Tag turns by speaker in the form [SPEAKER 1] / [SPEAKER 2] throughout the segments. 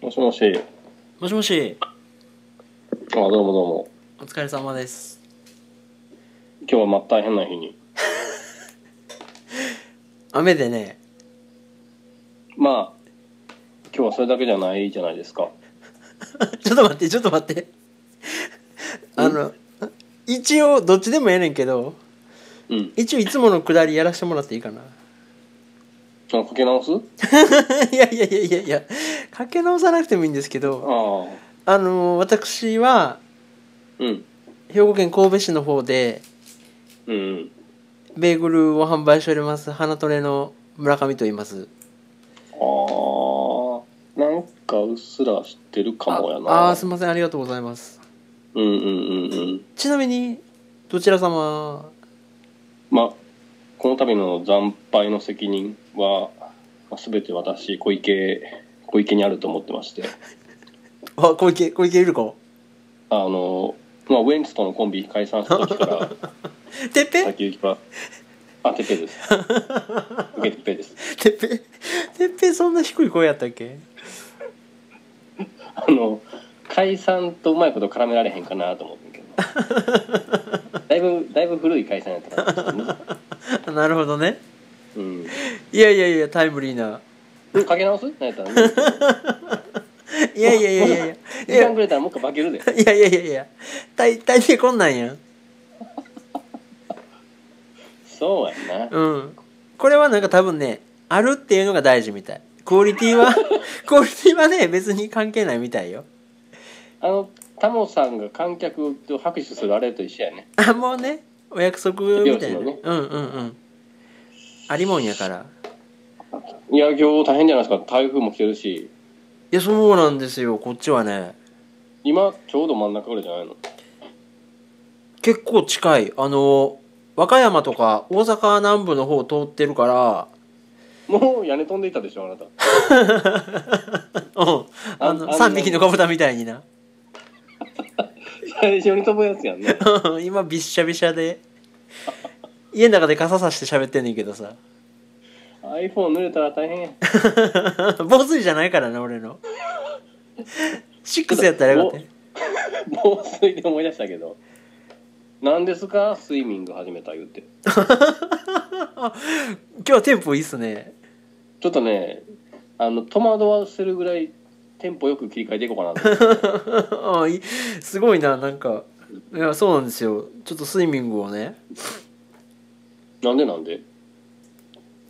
[SPEAKER 1] もしもし。
[SPEAKER 2] もしもし
[SPEAKER 1] あ、どうもどうも。
[SPEAKER 2] お疲れ様です
[SPEAKER 1] 今日はまた変な日に。
[SPEAKER 2] 雨でね
[SPEAKER 1] まあ、今日はそれだけじゃないじゃないですか。
[SPEAKER 2] ちょっと待ってちょっと待って あの一応どっちでもええねんけど
[SPEAKER 1] うん。
[SPEAKER 2] 一応いつものくだりやらしてもらっていいかな
[SPEAKER 1] あかけ直す
[SPEAKER 2] いやいやいやいやいやかけ直さなくてもいいんですけ
[SPEAKER 1] あ
[SPEAKER 2] ど
[SPEAKER 1] あ。
[SPEAKER 2] あの私は
[SPEAKER 1] うん。
[SPEAKER 2] 兵庫県神戸市の方で
[SPEAKER 1] うんうん。
[SPEAKER 2] ベーグルを販売しております花トレの村上と言います
[SPEAKER 1] ああ。なんかうっすら知ってるかもやな。
[SPEAKER 2] ああーすいませんありがとうございます
[SPEAKER 1] うんうんうんうん。
[SPEAKER 2] ちなみにどちら様
[SPEAKER 1] まあ、この度の惨敗の責任は、まあ、全て私、小池、小池にあると思ってまして。
[SPEAKER 2] あ小池小池百合子
[SPEAKER 1] あの、まあ、ウエンツとのコンビ解散した時から、
[SPEAKER 2] てっぺ、
[SPEAKER 1] 先行きは、あ、てっぺいです。受けてっぺいです。
[SPEAKER 2] てっぺてっぺそんな低い声やったっけ
[SPEAKER 1] あの、解散とうまいこと絡められへんかなと思ってんけど。だいぶ、だいぶ古い解散やったからちょっとね、
[SPEAKER 2] あなるほどね
[SPEAKER 1] うん。
[SPEAKER 2] いやいやいやタイムリーな
[SPEAKER 1] かけ直すなんやったら、ね、
[SPEAKER 2] いやいやいやいや い
[SPEAKER 1] 時
[SPEAKER 2] や
[SPEAKER 1] 間くれたらもう一回化けるで。
[SPEAKER 2] いやいやいやいや大大抵こんなんやん
[SPEAKER 1] そうやな。
[SPEAKER 2] うんこれはなんか多分ねあるっていうのが大事みたいクオリティ はクオリティはね別に関係ないみたいよ
[SPEAKER 1] あの、タモさんが観客と拍手するあれと一緒やね。
[SPEAKER 2] あもうねお約束みたい
[SPEAKER 1] 手拍
[SPEAKER 2] な、
[SPEAKER 1] 子のね
[SPEAKER 2] うんうんうんありもんやから
[SPEAKER 1] いや、今日大変じゃないですか。台風も来てるし、
[SPEAKER 2] いやそうなんですよこっちはね
[SPEAKER 1] 今、ちょうど真ん中ぐらいじゃないの。
[SPEAKER 2] 結構近いあの和歌山とか大阪南部の方を通ってるから
[SPEAKER 1] もう屋根飛んでいたでしょ、あなた。
[SPEAKER 2] うんあ
[SPEAKER 1] あ
[SPEAKER 2] の
[SPEAKER 1] の
[SPEAKER 2] 3匹のカブタみたいにな
[SPEAKER 1] 最初に飛ぶやつやんね。
[SPEAKER 2] 今びっしゃびしゃで家の中で傘さして喋ってんねんけどさ
[SPEAKER 1] iPhone 濡れたら大変や。
[SPEAKER 2] 防水じゃないからな俺の6やったらよかったね
[SPEAKER 1] 防水で思い出したけど何ですかスイミング始めた言って
[SPEAKER 2] 今日はテンポいいっすね
[SPEAKER 1] ちょっとねあの戸惑わせるぐらいテンポよく切り替えていこうかなと思 って
[SPEAKER 2] あいすごいななんかいやそうなんですよちょっとスイミングをね
[SPEAKER 1] なんでなんで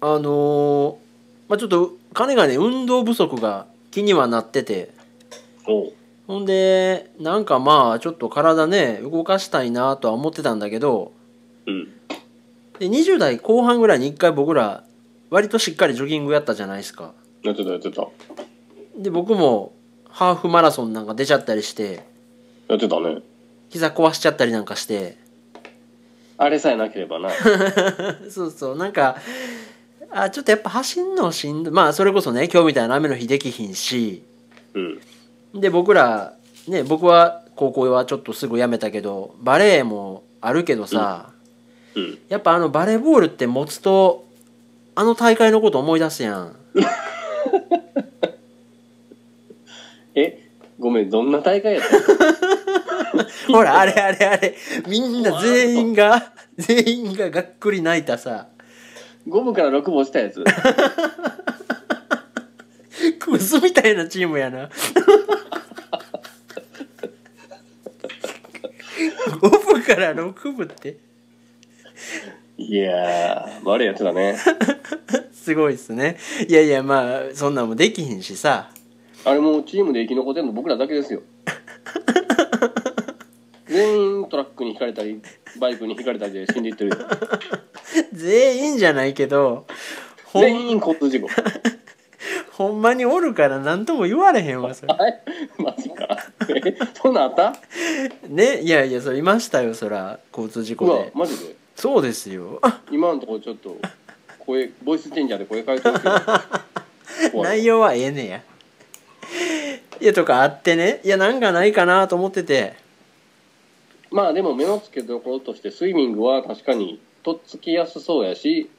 [SPEAKER 2] あのーまあちょっと彼がね運動不足が気にはなってて
[SPEAKER 1] おう
[SPEAKER 2] ほんでなんかまあちょっと体ね動かしたいなとは思ってたんだけど
[SPEAKER 1] うん
[SPEAKER 2] で20代後半ぐらいに一回僕ら割としっかりジョギングやったじゃないですか
[SPEAKER 1] やってたやってた
[SPEAKER 2] で僕もハーフマラソンなんか出ちゃったりして
[SPEAKER 1] やってたね
[SPEAKER 2] 膝壊しちゃったりなんかして
[SPEAKER 1] あれさえなければな
[SPEAKER 2] そうそうなんかあちょっとやっぱ走んのしんどまあそれこそね今日みたいな雨の日できひんし
[SPEAKER 1] うん
[SPEAKER 2] で僕らね僕は高校はちょっとすぐやめたけどバレエもあるけどさ、
[SPEAKER 1] うん
[SPEAKER 2] やっぱあのバレーボールって持つとあの大会のこと思い出すやん
[SPEAKER 1] えごめんどんな大会やった
[SPEAKER 2] ほらあれあれあれみんな全員 が全員ががっくり泣いたさ
[SPEAKER 1] 5部から6部落ちたやつ
[SPEAKER 2] クズみたいなチームや な5部から6部って
[SPEAKER 1] いやーバレエやってたね
[SPEAKER 2] すごいっすねいやいやまあそんなんもできひんしさ
[SPEAKER 1] あれもうチームで生き残ってんの僕らだけです よ全員トラックにひかれたりバイクにひかれたりで死んでいってるよ
[SPEAKER 2] 全員じゃないけどほん
[SPEAKER 1] 全員交通事 故
[SPEAKER 2] ほんまにおるから何とも言われへんわそれ
[SPEAKER 1] はいマジかえそんなんあった
[SPEAKER 2] ねいやいやそれいましたよそら交通事
[SPEAKER 1] う
[SPEAKER 2] 故
[SPEAKER 1] わ
[SPEAKER 2] で
[SPEAKER 1] マジで
[SPEAKER 2] そうですよあ
[SPEAKER 1] 今のところちょっと声ボイスチェンジャーで声変えてるけ ど怖い
[SPEAKER 2] 内容はええねやいやとかあってねいやなんかないかなと思ってて
[SPEAKER 1] まあでも目の付けどころとしてスイミングは確かにとっつきやすそうやし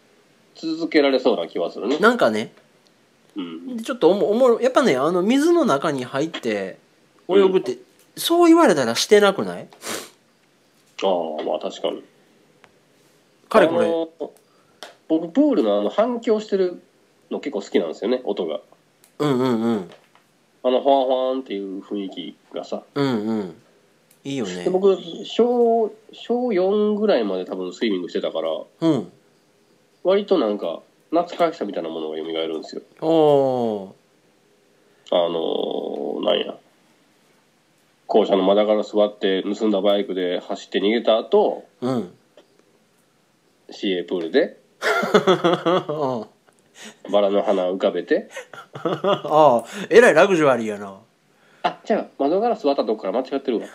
[SPEAKER 1] 続けられそうな気はするね
[SPEAKER 2] なんかね
[SPEAKER 1] うん
[SPEAKER 2] でちょっとおもおもろやっぱねあの水の中に入って泳ぐって、そう言われたらしてなくない
[SPEAKER 1] ああまあ確かに
[SPEAKER 2] 彼こ
[SPEAKER 1] あ
[SPEAKER 2] れ
[SPEAKER 1] の僕プールのあの反響してるの結構好きなんですよね音が
[SPEAKER 2] うんうんうん
[SPEAKER 1] あのホワンホワンっていう雰囲気がさ
[SPEAKER 2] うんうんいいよね
[SPEAKER 1] で僕小小4ぐらいまで多分スイミングしてたから
[SPEAKER 2] うん
[SPEAKER 1] 割となんか懐かしさみたいなものが蘇るんですよ
[SPEAKER 2] おお
[SPEAKER 1] あのーなんや校舎の窓から座って盗んだバイクで走って逃げた後
[SPEAKER 2] ーうん
[SPEAKER 1] CA プールで
[SPEAKER 2] あ
[SPEAKER 1] バラの花浮かべて
[SPEAKER 2] あえらいラグジュアリーやな
[SPEAKER 1] あじゃあ窓ガラス割ったとこから間違ってるわ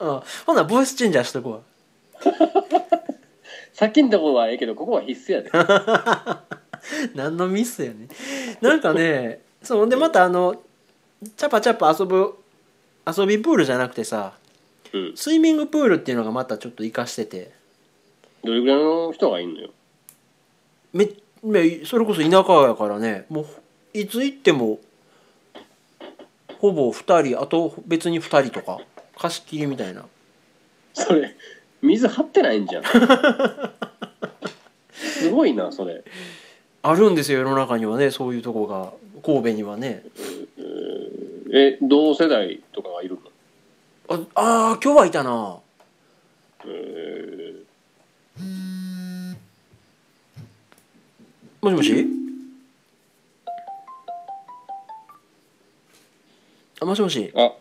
[SPEAKER 2] あほなボイスチェンジャーしとこう
[SPEAKER 1] さっきのとこはええけどここは必須 やで
[SPEAKER 2] 何のミスやねなんかねそうほんでまたあのチャパチャパ遊ぶ遊びプールじゃなくてさ
[SPEAKER 1] うん
[SPEAKER 2] スイミングプールっていうのがまたちょっと活かしてて
[SPEAKER 1] どれぐらいの人がいんのよ
[SPEAKER 2] めめそれこそ田舎やからねもういつ行ってもほぼ2人あと別に2人とか貸し切りみたいな
[SPEAKER 1] それ水張ってないん じゃんすごいなそれ
[SPEAKER 2] あるんですよ世の中にはねそういうとこが神戸にはね
[SPEAKER 1] え同世代とかがいるの
[SPEAKER 2] ああー今日はいたな
[SPEAKER 1] えー
[SPEAKER 2] もしもしあもしもし
[SPEAKER 1] あ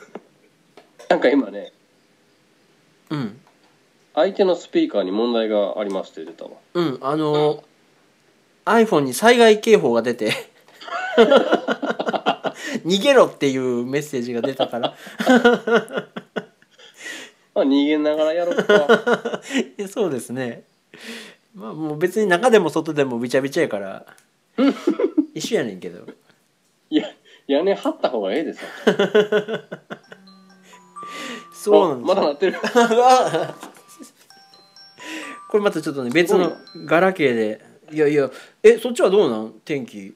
[SPEAKER 1] なんか今ね
[SPEAKER 2] うん
[SPEAKER 1] 相手のスピーカーに問題がありますって出たわ
[SPEAKER 2] うんあの iPhone に災害警報が出て 逃げろっていうメッセージが出たから
[SPEAKER 1] あ逃げながらやろう か
[SPEAKER 2] いやそうですねまあもう別に中でも外でもびちゃびちゃやから一緒やねんけど
[SPEAKER 1] いや屋根張った方がええでさ
[SPEAKER 2] そうなんです
[SPEAKER 1] まだなってる
[SPEAKER 2] あ これまたちょっとね別のガラケーでいやいやえそっちはどうなん天気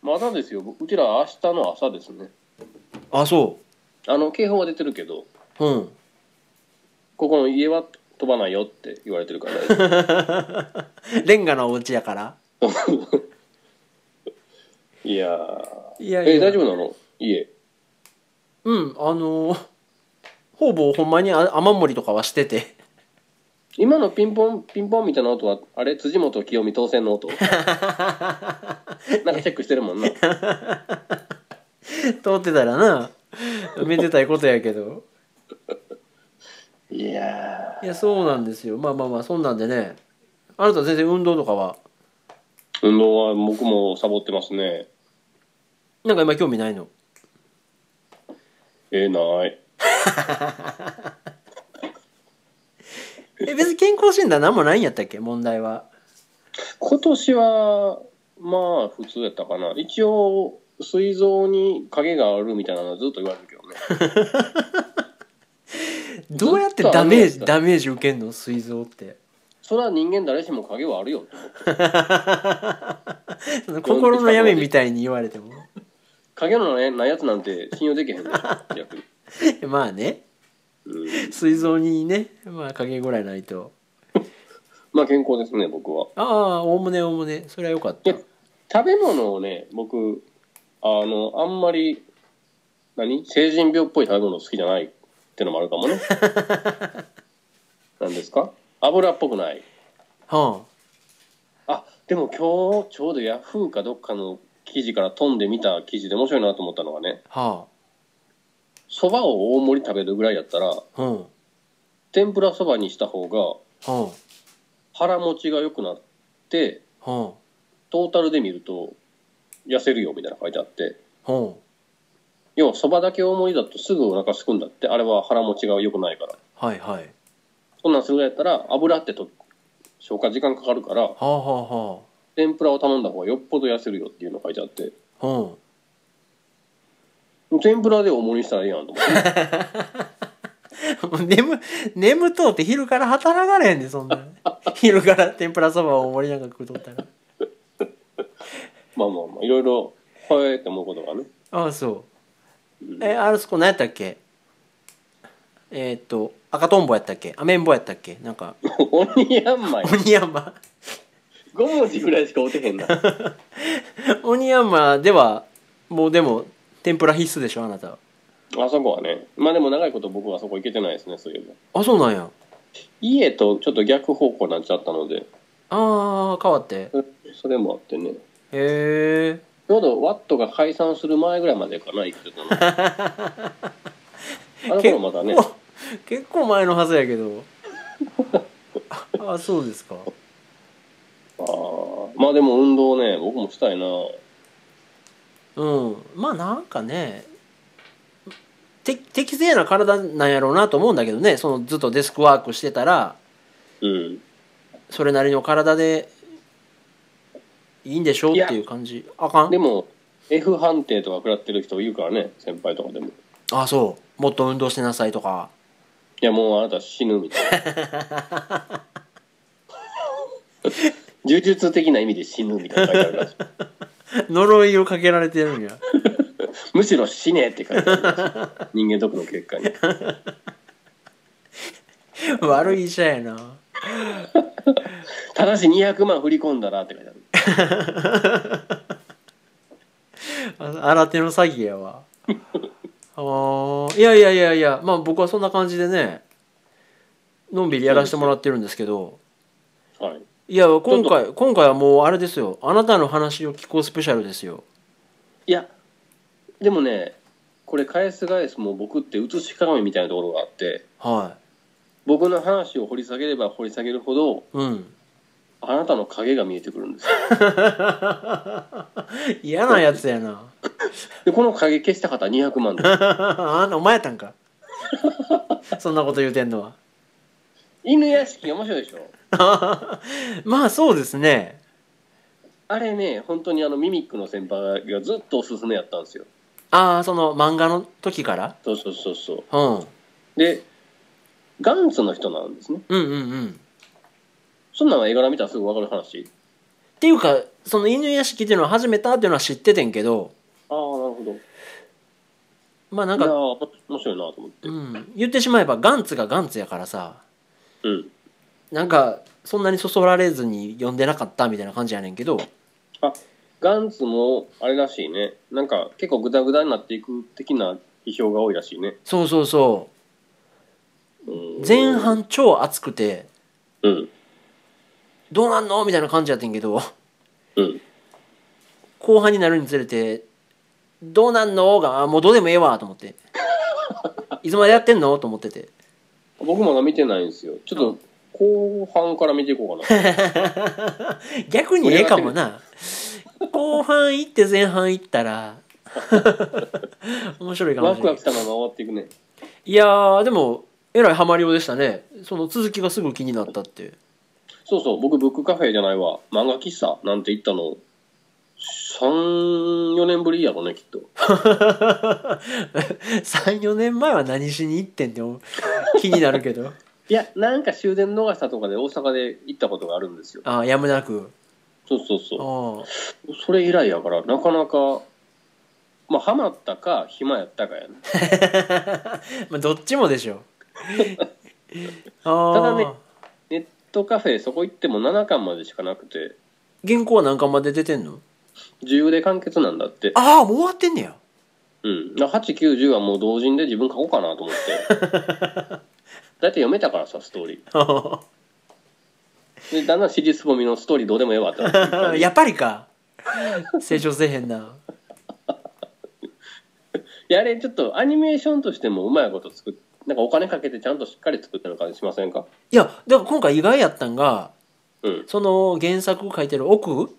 [SPEAKER 1] まだですようちら明日の朝ですね
[SPEAKER 2] あそ
[SPEAKER 1] あの警報は出てるけど
[SPEAKER 2] ううん
[SPEAKER 1] ここの家は飛ばないよって言われてるからね
[SPEAKER 2] レンガのお家やから
[SPEAKER 1] いやー
[SPEAKER 2] いやいや
[SPEAKER 1] え大丈夫なの家
[SPEAKER 2] うんあのーほぼほんまにあ雨漏りとかはしてて
[SPEAKER 1] 今のピンポンピンポンみたいな音はあれ辻元清美当選 の音なんかチェックしてるもんな
[SPEAKER 2] 通ってたらなめでたいことやけど
[SPEAKER 1] いや
[SPEAKER 2] いやそうなんですよまあまあまあそんなんでねあなた全然運動とかは
[SPEAKER 1] ー運動は僕もサボってますね
[SPEAKER 2] なんか今興味ないの
[SPEAKER 1] えー、ない
[SPEAKER 2] え別に健康診断なんもないんやったっけ問題は
[SPEAKER 1] 今年はまあ普通やったかな一応膵臓に影があるみたいなのはずっと言われるけどね
[SPEAKER 2] どうやってダメージダメージ受けんの膵臓って
[SPEAKER 1] それは人間誰しも影はあるよ
[SPEAKER 2] その心の闇みたいに言われても
[SPEAKER 1] 影のねないやつなんて信用できへんの逆に、
[SPEAKER 2] まあね
[SPEAKER 1] うん、
[SPEAKER 2] 膵臓にねまあ影ぐらいないと
[SPEAKER 1] まあ健康ですね僕は
[SPEAKER 2] ああおおむねおおむねそれはよかった
[SPEAKER 1] いや食べ物をね僕あのあんまり何成人病っぽい食べ物好きじゃないってのもあるかもね何ですか油っぽくない
[SPEAKER 2] は
[SPEAKER 1] あでも今日ちょうどヤフーかどっかの記事から飛んでみた記事で面白いなと思ったのがね
[SPEAKER 2] あは
[SPEAKER 1] そばを大盛り食べるぐらいやったら
[SPEAKER 2] あうん
[SPEAKER 1] 天ぷらそばにした方が
[SPEAKER 2] は
[SPEAKER 1] 腹持ちが良くなって
[SPEAKER 2] あは
[SPEAKER 1] トータルで見ると痩せるよみたいな書いてあって
[SPEAKER 2] あは
[SPEAKER 1] 要はそばだけ大盛りだとすぐお腹すくんだってあれは腹持ちが良くないから
[SPEAKER 2] あはいはい
[SPEAKER 1] そんなんするぐらいやったら油ってと消化時間かかるから
[SPEAKER 2] はあは
[SPEAKER 1] 天ぷらを頼んだ方がよっぽど痩せるよっていうの書いてあって
[SPEAKER 2] あはあうん
[SPEAKER 1] 天ぷらで大盛りにしたらええやんと思って
[SPEAKER 2] もう眠眠とうて昼から働かれ へんでそんな昼から天ぷらそばを大盛りなんか食うとったら
[SPEAKER 1] まあまあまあいろいろへえって思うことがね
[SPEAKER 2] ああそう
[SPEAKER 1] うん
[SPEAKER 2] えあれそこ何やったっけえーっと赤とんぼやったっけアメンボやったっけなんか
[SPEAKER 1] 鬼やんまい
[SPEAKER 2] 鬼山
[SPEAKER 1] 5文字ぐらいしかおてへんな
[SPEAKER 2] 鬼山ではもうでも天ぷら必須でしょあなた
[SPEAKER 1] あそこはねまあでも長いこと僕はそこ行けてないですねそういえば
[SPEAKER 2] あそうなんや
[SPEAKER 1] 家とちょっと逆方向になっちゃったので
[SPEAKER 2] あー変わって
[SPEAKER 1] そそれもあってね
[SPEAKER 2] へえ
[SPEAKER 1] ちょうどワットが解散する前ぐらいまでかな生きてたのあの頃まだね
[SPEAKER 2] 結構前のはずやけどああそうですか
[SPEAKER 1] あーまあでも運動ね僕もしたいな
[SPEAKER 2] うんまあなんかねて適正な体なんやろうなと思うんだけどねそのずっとデスクワークしてたら
[SPEAKER 1] うん
[SPEAKER 2] それなりの体でいいんでしょうっていう感じあか
[SPEAKER 1] で
[SPEAKER 2] ん
[SPEAKER 1] も F 判定とか食らってる人いるからね先輩とかでもい
[SPEAKER 2] あそうもっと運動してなさいとか
[SPEAKER 1] やもうあなた死ぬみたいな呪術的な意味で死ぬみたいな書いてあるらしい
[SPEAKER 2] 呪いをかけられてるんや
[SPEAKER 1] むしろ死ねって書いてあるらしい人間ドックの結果に
[SPEAKER 2] 悪い医者やな
[SPEAKER 1] ただし200万振り込んだらって書いてある
[SPEAKER 2] あ新手の詐欺や わあーいやいやいやいやまあ僕はそんな感じでねのんびりやらせてもらってるんですけど
[SPEAKER 1] はい
[SPEAKER 2] いや今回今回はもうあれですよあなたの話を聞こうスペシャルですよ
[SPEAKER 1] いやでもねこれ返す返すもう僕って写し鏡みたいなところがあって
[SPEAKER 2] は
[SPEAKER 1] 僕の話を掘り下げれば掘り下げるほど
[SPEAKER 2] い うん
[SPEAKER 1] あなたの影が見えてくるんですよ
[SPEAKER 2] 嫌なやつやな
[SPEAKER 1] でこの影消した方200万です
[SPEAKER 2] あんなお前やったん かそんなこと言うてんのは
[SPEAKER 1] 犬屋敷面白いでしょ
[SPEAKER 2] まあそうですね
[SPEAKER 1] あれね本当にあのミミックの先輩がずっとおすすめやったんですよ
[SPEAKER 2] ああその漫画の時から、
[SPEAKER 1] そうそうそうそ
[SPEAKER 2] うん、うん
[SPEAKER 1] うで元祖の人なんですね
[SPEAKER 2] うんうん
[SPEAKER 1] そんなん絵柄見たらすぐ分かる話
[SPEAKER 2] っていうかその犬屋敷っていうのを始めたっていうのは知っててんけど
[SPEAKER 1] ああなるほど
[SPEAKER 2] まあなん
[SPEAKER 1] いや
[SPEAKER 2] か、
[SPEAKER 1] ー面白いなと思って
[SPEAKER 2] うん、言ってしまえばガンツがガンツやからさ
[SPEAKER 1] うん
[SPEAKER 2] なんかそんなにそそられずに読んでなかったみたいな感じやねんけど
[SPEAKER 1] ガンツもあれらしいねなんか結構グダグダになっていく的な批評が多いらしいね
[SPEAKER 2] そうそうそ
[SPEAKER 1] うん
[SPEAKER 2] う前半超熱くて
[SPEAKER 1] うん
[SPEAKER 2] どうなんのみたいな感じやってんけど
[SPEAKER 1] うん
[SPEAKER 2] 後半になるにつれてどうなんのがあもうどうでもええわと思っていつまでやってんのと思ってて
[SPEAKER 1] 僕まだ見てないんですよちょっと後半から見ていこうかな
[SPEAKER 2] 逆にええかもな後半行って前半行ったら 面白いかも
[SPEAKER 1] ワ
[SPEAKER 2] し
[SPEAKER 1] ク
[SPEAKER 2] れな
[SPEAKER 1] ワ
[SPEAKER 2] い
[SPEAKER 1] クしたまま終わっていくね
[SPEAKER 2] いやーでもえらいハマりようでしたねその続きがすぐ気になったって
[SPEAKER 1] そうそう僕ブックカフェじゃないわ漫画喫茶なんて行ったの34年ぶりやろねきっと
[SPEAKER 2] 34年前は何しに行ってんって思う気になるけど
[SPEAKER 1] いやなんか終電逃したとかで大阪で行ったことがあるんですよ
[SPEAKER 2] あーやむなく
[SPEAKER 1] そうそう
[SPEAKER 2] あ
[SPEAKER 1] そ
[SPEAKER 2] ー
[SPEAKER 1] うそれ以来やからなかなかまあハマったか暇やったかやね
[SPEAKER 2] まあどっちもでしょああ
[SPEAKER 1] ただねネットカフェそこ行っても7巻までしかなくて
[SPEAKER 2] 原稿は何巻まで出てんの
[SPEAKER 1] 自由で完結なんだって
[SPEAKER 2] ああもう終わってんねや
[SPEAKER 1] うん890はもう同人で自分書こうかなと思ってだいたい読めたからさストーリーでだんだんシリスボミのストーリーどうでもええわってなってき た
[SPEAKER 2] やっぱりか成長せえへんない
[SPEAKER 1] やあれちょっとアニメーションとしてもうまいこと作っなんかお金かけてちゃんとしっかり作ってる感じしませんか
[SPEAKER 2] いやだから今回意外やったんが
[SPEAKER 1] うん
[SPEAKER 2] その原作書いてる奥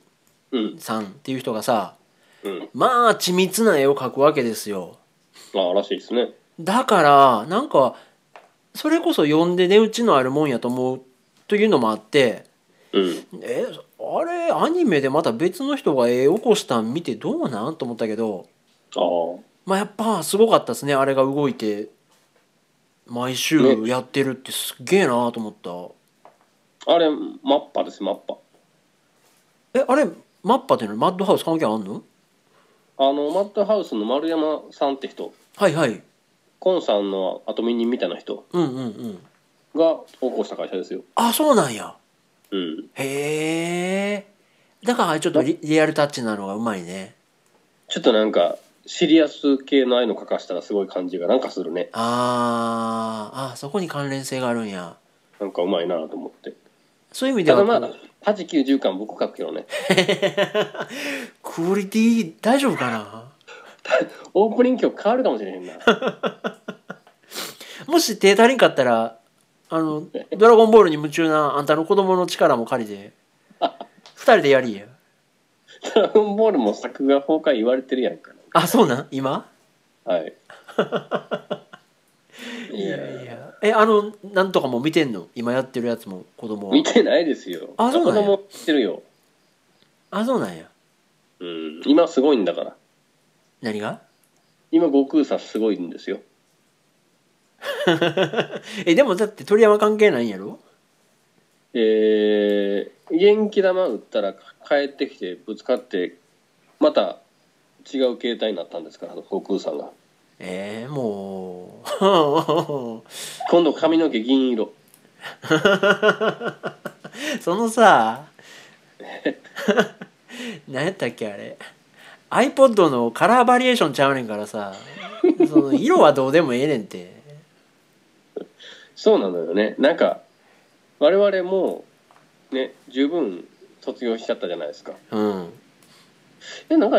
[SPEAKER 1] うん
[SPEAKER 2] さんっていう人がさ
[SPEAKER 1] うん
[SPEAKER 2] まあ緻密な絵を描くわけですよ
[SPEAKER 1] ああらしいですね
[SPEAKER 2] だからなんかそれこそ読んで値打ちのあるもんやと思うというのもあって
[SPEAKER 1] うん
[SPEAKER 2] えあれアニメでまた別の人が絵起こしたん見てどうなんと思ったけど
[SPEAKER 1] ああ
[SPEAKER 2] まあやっぱすごかったですねあれが動いて毎週やってるってすっげえなと思った
[SPEAKER 1] あれマッパですマッパ
[SPEAKER 2] えあれマッパっていうのマッドハウス関係あんの
[SPEAKER 1] あのマッドハウスの丸山さんって人
[SPEAKER 2] はいはい
[SPEAKER 1] コンさんの後見人みたいな人
[SPEAKER 2] うんうんうん
[SPEAKER 1] が投稿した会社ですよ
[SPEAKER 2] あそうなんや
[SPEAKER 1] うん
[SPEAKER 2] へえだからちょっとリリアルタッチなのがうまいね
[SPEAKER 1] ちょっとなんかシリアス系のああいうの書かしたらすごい感じがなんかするね
[SPEAKER 2] あーあそこに関連性があるんや
[SPEAKER 1] なんかうまいなと思って
[SPEAKER 2] そういう意味で
[SPEAKER 1] ただ
[SPEAKER 2] は
[SPEAKER 1] まあ890巻僕書くけどね
[SPEAKER 2] クオリティ大丈夫かな
[SPEAKER 1] オープニング曲変わるかもしれへんな
[SPEAKER 2] もし手足りんかったらあの「ドラゴンボール」に夢中なあんたの子供の力も借りて二人でやりや
[SPEAKER 1] ドラゴンボールも作画崩壊言われてるやんか
[SPEAKER 2] あそうなん今
[SPEAKER 1] はい いや
[SPEAKER 2] やえあのなんとかも見てんの今やってるやつも子供は
[SPEAKER 1] 見てないですよ
[SPEAKER 2] あそうなんや
[SPEAKER 1] 子供知ってるよ、
[SPEAKER 2] あそうなんや
[SPEAKER 1] うん、今すごいんだから
[SPEAKER 2] 何が
[SPEAKER 1] 今悟空さんすごいんですよ
[SPEAKER 2] えでもだって鳥山関係ないんやろ
[SPEAKER 1] えー、元気玉打ったら帰ってきてぶつかってまた違う形態になったんですから悟空さんが
[SPEAKER 2] えー、もう
[SPEAKER 1] 今度髪の毛銀色
[SPEAKER 2] そのさ 何やったっけあれ iPod のカラーバリエーションちゃうねんからさその色はどうでもええねんって
[SPEAKER 1] そうなのよねなんか我々もうね十分卒業しちゃったじゃないですか
[SPEAKER 2] うん
[SPEAKER 1] えなんか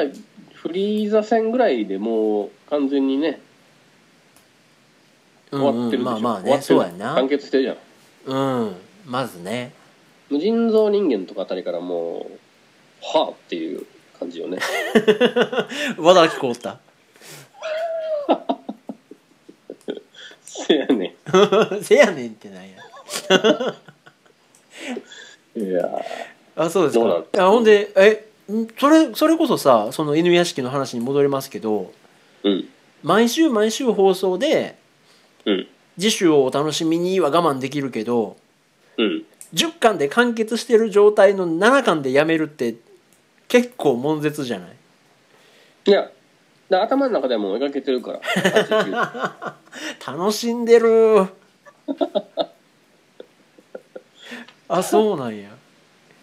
[SPEAKER 1] フリーザ戦ぐらいでもう完全にね終わってるでしょ、
[SPEAKER 2] うんうん、まあま
[SPEAKER 1] 終わって
[SPEAKER 2] あね
[SPEAKER 1] る
[SPEAKER 2] そうやんな
[SPEAKER 1] 完結してるじゃん
[SPEAKER 2] うんまずね
[SPEAKER 1] 無人造人間とかあたりからもうはあっていう感じよね
[SPEAKER 2] 和田アキ子おった
[SPEAKER 1] せやね
[SPEAKER 2] せやねんってなんや
[SPEAKER 1] いや
[SPEAKER 2] あそうです
[SPEAKER 1] どうなん
[SPEAKER 2] か
[SPEAKER 1] です
[SPEAKER 2] あほんでえんそれそれこそさその犬屋敷の話に戻りますけど
[SPEAKER 1] うん
[SPEAKER 2] 毎週毎週放送で
[SPEAKER 1] うん
[SPEAKER 2] 次週をお楽しみには我慢できるけど
[SPEAKER 1] うん
[SPEAKER 2] 10巻で完結してる状態の7巻でやめるって結構悶絶じゃない
[SPEAKER 1] いやだ頭の中ではもう描けてる から89
[SPEAKER 2] 楽しん でるあそうなんや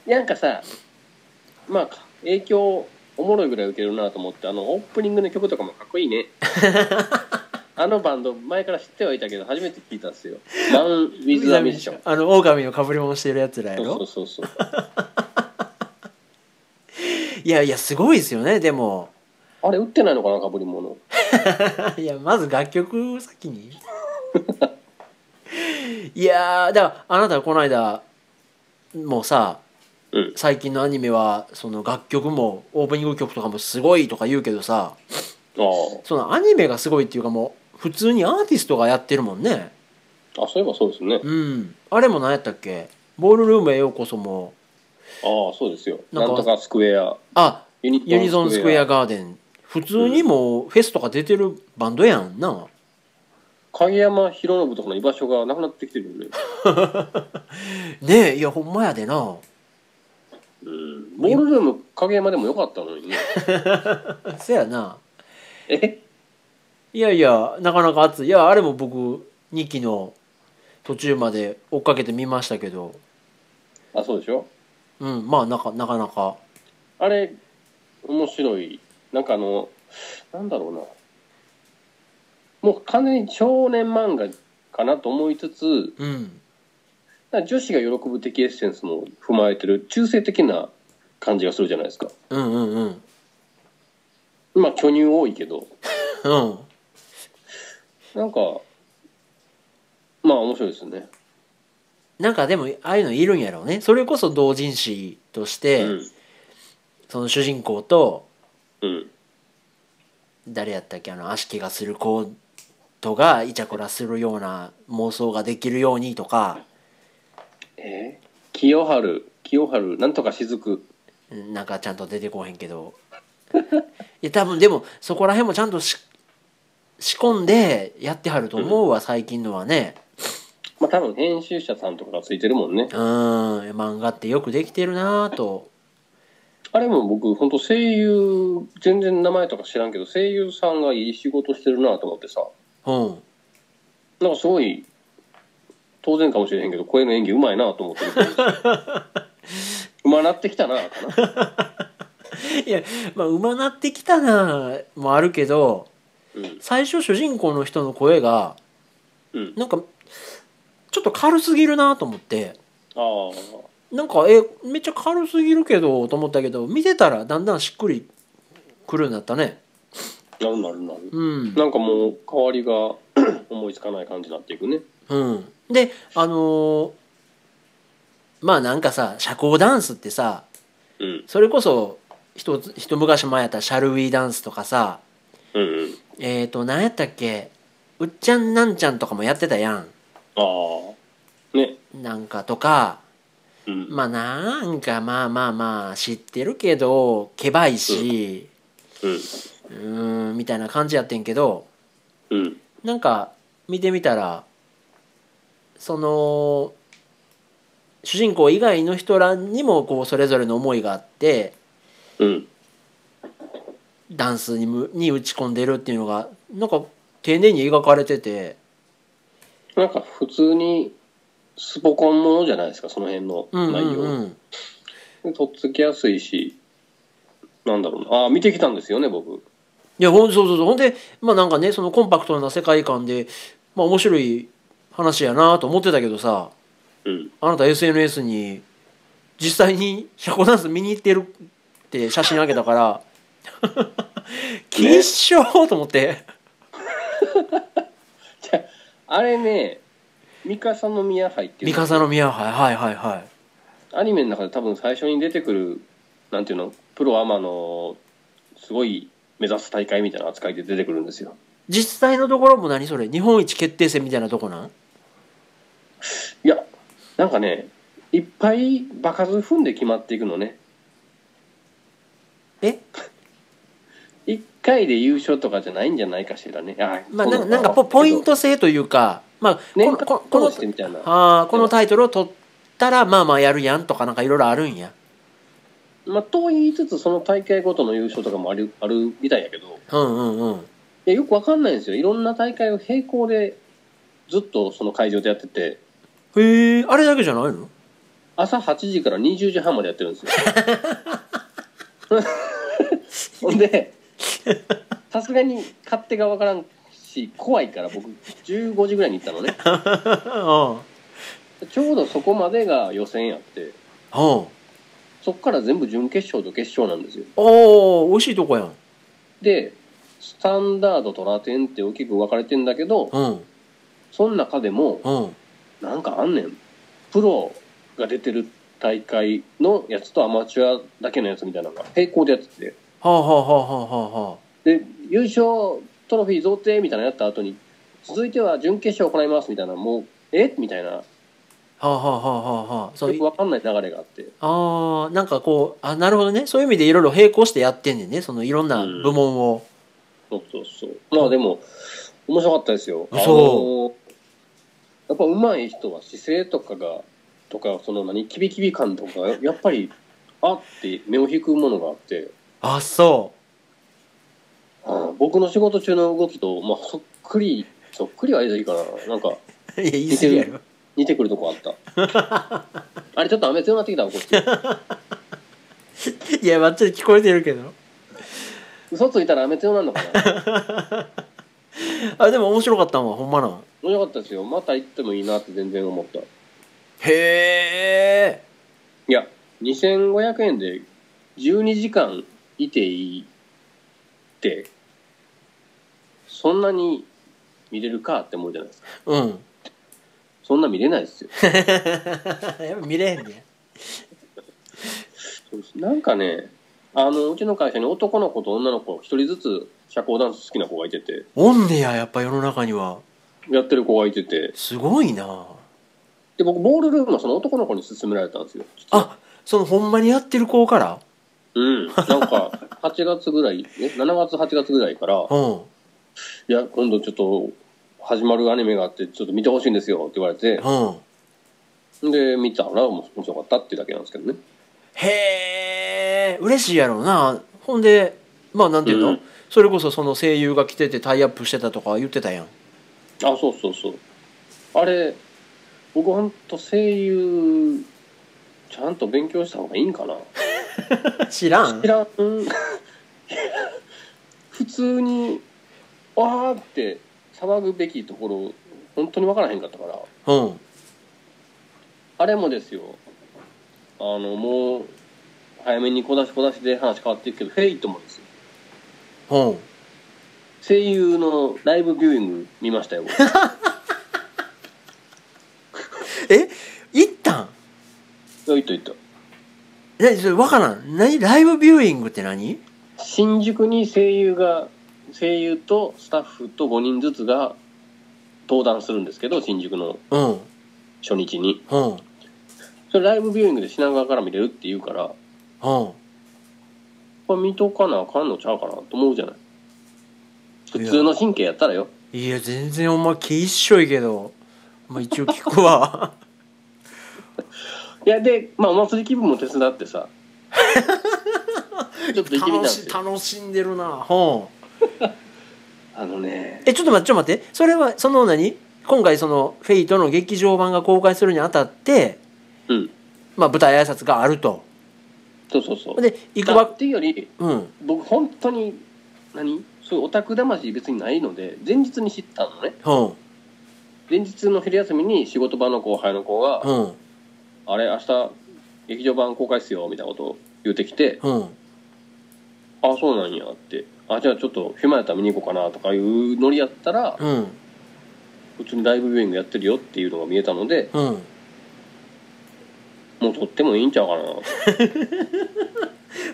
[SPEAKER 1] なんかさまあ影響おもろいぐらい受けるなと思ってあのオープニングの曲とかもかっこいい ねあのバンド前から知ってはいたけど初めて聞いたんですよ「マン・ウィズ・ア・ミッション
[SPEAKER 2] あの狼のかぶり物してるやつら」や
[SPEAKER 1] そう
[SPEAKER 2] ろ
[SPEAKER 1] そうそうそう
[SPEAKER 2] いやいやすごいですよねでも
[SPEAKER 1] あれ売ってないのかなかぶり物
[SPEAKER 2] いやまず楽曲 先にいやーだからあなたこの間もうさ
[SPEAKER 1] うん
[SPEAKER 2] 最近のアニメはその楽曲もオープニング曲とかもすごいとか言うけどさ
[SPEAKER 1] ああ
[SPEAKER 2] そのアニメがすごいっていうかもう普通にアーティストがやってるもんね
[SPEAKER 1] あそういえばそうですね
[SPEAKER 2] うんあれも何やったっけボールルームへようこそも
[SPEAKER 1] ああそうですよ
[SPEAKER 2] な
[SPEAKER 1] なんん
[SPEAKER 2] か
[SPEAKER 1] とかスクエア
[SPEAKER 2] あ
[SPEAKER 1] ユニ
[SPEAKER 2] ユニゾンスクエアガーデン普通にもうフェスとか出てるバンドやんな
[SPEAKER 1] 影山博信とかの居場所がなくなってきてるよね、
[SPEAKER 2] ねえいやほんまやでな
[SPEAKER 1] うん、ボールルーム影山でもよかったのにね
[SPEAKER 2] そやな
[SPEAKER 1] え
[SPEAKER 2] いやいやなかなか熱いいやあれも僕2期の途中まで追っかけてみましたけど
[SPEAKER 1] あそうでしょ
[SPEAKER 2] うんまあなかなかなか
[SPEAKER 1] あれ面白いなんかあのなんだろうなもう完全に少年漫画かなと思いつつ
[SPEAKER 2] うん
[SPEAKER 1] なんか女子が喜ぶ的エッセンスも踏まえてる中性的な感じがするじゃないですか
[SPEAKER 2] うんうんうん
[SPEAKER 1] まあ巨乳多いけど
[SPEAKER 2] うん
[SPEAKER 1] なんかまあ面白いですね
[SPEAKER 2] なんかでもああいうのいるんやろうねそれこそ同人誌として、
[SPEAKER 1] うん
[SPEAKER 2] その主人公と
[SPEAKER 1] うん
[SPEAKER 2] 誰やったっけあの足気がする子とがイチャコラするような妄想ができるようにとか
[SPEAKER 1] えー清春清春なんとか雫
[SPEAKER 2] うんなんかちゃんと出てこへんけど いや多分でもそこら辺もちゃんとし仕込んでやってはると思うわ、最近のはね
[SPEAKER 1] まあ多分編集者さんとかがついてるもんね
[SPEAKER 2] うん漫画ってよくできてるなぁと
[SPEAKER 1] あれも僕、本当声優、全然名前とか知らんけど、声優さんがいい仕事してるなと思ってさ、
[SPEAKER 2] うん
[SPEAKER 1] なんかすごい、当然かもしれへんけど、声の演技うまいなと思 って見てる。うまなってきたなかな。
[SPEAKER 2] いやまあ馬なってきたなもあるけど
[SPEAKER 1] うん。
[SPEAKER 2] 最初主人公の人の声が
[SPEAKER 1] うん。
[SPEAKER 2] なんかちょっと軽すぎるなと思って
[SPEAKER 1] ああ。
[SPEAKER 2] なんかえめっちゃ軽すぎるけどと思ったけど見てたらだんだんしっくりくるようになったね
[SPEAKER 1] なるなるなる。
[SPEAKER 2] うん
[SPEAKER 1] なんかもう、代わりが 思いつかない感じになっていくね。
[SPEAKER 2] うんであのーまあなんかさ社交ダンスってさ
[SPEAKER 1] うん。
[SPEAKER 2] それこそ一つ一昔前やったら「シャルウィーダンス」とかさ
[SPEAKER 1] うんうん。
[SPEAKER 2] えっ、ー、と何やったっけうっちゃんなんちゃんとかもやってたやん
[SPEAKER 1] ああ。ね。
[SPEAKER 2] なんかとか
[SPEAKER 1] うん。
[SPEAKER 2] まあなんかまあまあまあ知ってるけどけばいし
[SPEAKER 1] うん。
[SPEAKER 2] うーんみたいな感じやってんけど
[SPEAKER 1] うん。
[SPEAKER 2] なんか見てみたらその主人公以外の人らにもこうそれぞれの思いがあって
[SPEAKER 1] うん。
[SPEAKER 2] ダンスにむに打ち込んでるっていうのがなんか丁寧に描かれてて
[SPEAKER 1] なんか普通にスポコンものじゃないですかその辺の
[SPEAKER 2] うんう
[SPEAKER 1] 内
[SPEAKER 2] ん
[SPEAKER 1] 容、
[SPEAKER 2] うん
[SPEAKER 1] とっつきやすいしなんだろうなああ見てきたんですよね僕
[SPEAKER 2] いやほんそうそうそうほんでまあなんかねそのコンパクトな世界観で、まあ、面白い話やなと思ってたけどさ
[SPEAKER 1] うん
[SPEAKER 2] あなた SNS に実際に社交ダンス見に行ってるって写真あげたから決勝と思って
[SPEAKER 1] じゃああれね三笠の宮杯ってい
[SPEAKER 2] 三
[SPEAKER 1] う
[SPEAKER 2] 笠宮杯はいはいはい
[SPEAKER 1] アニメの中で多分最初に出てくるなんていうのプロアマのすごい目指す大会みたいな扱いで出てくるんですよ
[SPEAKER 2] 実際のところも何それ日本一決定戦みたいなとこなん
[SPEAKER 1] いやなんかねいっぱい場数踏んで決まっていくのね
[SPEAKER 2] え
[SPEAKER 1] 一回で優勝とかじゃないんじゃないかしらねあ
[SPEAKER 2] まあなんかなんかポポイント制というかまあ
[SPEAKER 1] 年
[SPEAKER 2] この
[SPEAKER 1] 間
[SPEAKER 2] この
[SPEAKER 1] 通してみたいな
[SPEAKER 2] あーこのタイトルを取ったらまあまあやるやんとかなんかいろいろあるんや
[SPEAKER 1] まあ、と言いつつ、その大会ごとの優勝とかもあるあるみたいやけど、い
[SPEAKER 2] うんうんうん
[SPEAKER 1] やよくわかんないんですよ。いろんな大会を並行で、ずっとその会場でやってて、
[SPEAKER 2] へえあれだけじゃないの
[SPEAKER 1] 朝8時から20時半までやってるんですよ。 ほんで、さすがに勝手がわからんし、怖いから僕、15時ぐらいに行ったのね。
[SPEAKER 2] うん
[SPEAKER 1] ちょうどそこまでが予選やって、
[SPEAKER 2] お
[SPEAKER 1] そこから全部準決勝と決勝なんですよ。
[SPEAKER 2] おー美味しいとこやん
[SPEAKER 1] で、スタンダードとラテンって大きく分かれてんだけど、
[SPEAKER 2] うん
[SPEAKER 1] その中でも、
[SPEAKER 2] うん
[SPEAKER 1] なんかあんねん。プロが出てる大会のやつとアマチュアだけのやつみたいなのが並行でやってて。
[SPEAKER 2] はあはあはあはあは
[SPEAKER 1] で、優勝トロフィー贈呈みたいなのやった後に、続いては準決勝を行いますみたいな、もう、えみたいな、よ
[SPEAKER 2] あはあはあはあはあはあそう
[SPEAKER 1] くわかんない流れがあって。
[SPEAKER 2] あーなんかこうあなるほどねそういう意味でいろいろ並行してやってんねんねそのいろんな部門を、
[SPEAKER 1] そうそうそう。まあでも、面白かったですよ。
[SPEAKER 2] そ
[SPEAKER 1] あのーやっぱ上手い人は姿勢とかが、とか、その何、キビキビ感とかが、やっぱり、あって目を引くものがあって、
[SPEAKER 2] あそ
[SPEAKER 1] うん僕の仕事中の動きと、まあ、そっくりそっくりはいいかななんか
[SPEAKER 2] う いや言い過ぎやろ
[SPEAKER 1] 似てくるとこあったあれちょっと雨強なってきたわこっち
[SPEAKER 2] いやばっちり聞こえてるけど
[SPEAKER 1] 嘘ついたら雨強なんのかな
[SPEAKER 2] あでも面白かったわほんまなん
[SPEAKER 1] 面白かったですよまた行ってもいいなって全然思ったい
[SPEAKER 2] へえ
[SPEAKER 1] や2500円で12時間いていいってそんなに見れるかって思うじゃないですか
[SPEAKER 2] うん
[SPEAKER 1] そんな見れないですよ
[SPEAKER 2] やっぱ見れへんね
[SPEAKER 1] そうですなんかねあのうちの会社に男の子と女の子一人ずつ社交ダンス好きな子がいてて
[SPEAKER 2] おんねややっぱ世の中には
[SPEAKER 1] やってる子がいてて
[SPEAKER 2] すごいな
[SPEAKER 1] で僕ボールルームのその男の子に勧められたんですよ
[SPEAKER 2] あそのほんまにやってる子から
[SPEAKER 1] うんなんか 8月ぐらい、ね、7月8月ぐらいから「
[SPEAKER 2] うん
[SPEAKER 1] いや今度ちょっと始まるアニメがあってちょっと見てほしいんですよ」って言われて
[SPEAKER 2] うん
[SPEAKER 1] で見たらもう面白かったっていうだけなんですけどね
[SPEAKER 2] へええー、嬉しいやろうなほんでまあなんていうの、
[SPEAKER 1] うん
[SPEAKER 2] それこそその声優が来ててタイアップしてたとか言っ てたやん
[SPEAKER 1] あそうそうそうあれ僕ほんと声優ちゃんと勉強した方がいいんかな
[SPEAKER 2] 知らん
[SPEAKER 1] 知らん 普通にわーって騒ぐべきところ本当に分からへんかったから
[SPEAKER 2] うん
[SPEAKER 1] あれもですよあのもう早めに小出し小出しで話変わっていくけど「フェイトもですよ
[SPEAKER 2] うん
[SPEAKER 1] 声優のライブビューイング見ました よ僕
[SPEAKER 2] え行ったん
[SPEAKER 1] よいといと
[SPEAKER 2] 何それ分からん何ライブビューイングって何
[SPEAKER 1] 新宿に声優が声優とスタッフと5人ずつが登壇するんですけど新宿の
[SPEAKER 2] うん
[SPEAKER 1] 初日に
[SPEAKER 2] うん
[SPEAKER 1] それライブビューイングで品川から見れるって言うから
[SPEAKER 2] うん
[SPEAKER 1] これ見とかなあかんのちゃうかなと思うじゃない普通の神経やったらよ
[SPEAKER 2] いや全然お前気一緒いけどまあ一応聞くわ
[SPEAKER 1] いやでまあお祭り気分も手伝って さちょっ と行ってみたん
[SPEAKER 2] 楽
[SPEAKER 1] です
[SPEAKER 2] し
[SPEAKER 1] よ
[SPEAKER 2] 楽しんでるなうん
[SPEAKER 1] あのね
[SPEAKER 2] えちょっと待ってちょっと待ってそれはその何今回その「フェイトの劇場版が公開するにあたって、
[SPEAKER 1] うん
[SPEAKER 2] まあ、舞台挨拶があると
[SPEAKER 1] そうそうそう
[SPEAKER 2] で行く
[SPEAKER 1] だ
[SPEAKER 2] ば
[SPEAKER 1] っていうより
[SPEAKER 2] うん
[SPEAKER 1] 僕本当に何そういうオタク魂別にないので前日に知ったのね
[SPEAKER 2] うん
[SPEAKER 1] 前日の昼休みに仕事場の後輩の子が
[SPEAKER 2] うん
[SPEAKER 1] 「あれ明日劇場版公開っすよ」みたいなことを言ってきて
[SPEAKER 2] うん
[SPEAKER 1] 「あそうなんや」って「あじゃあちょっと暇やったら見に行こうかな」とかいうノリやったら
[SPEAKER 2] うん
[SPEAKER 1] 普通にライブビューイングやってるよっていうのが見えたので
[SPEAKER 2] うん
[SPEAKER 1] もうとってもいいんちゃうかな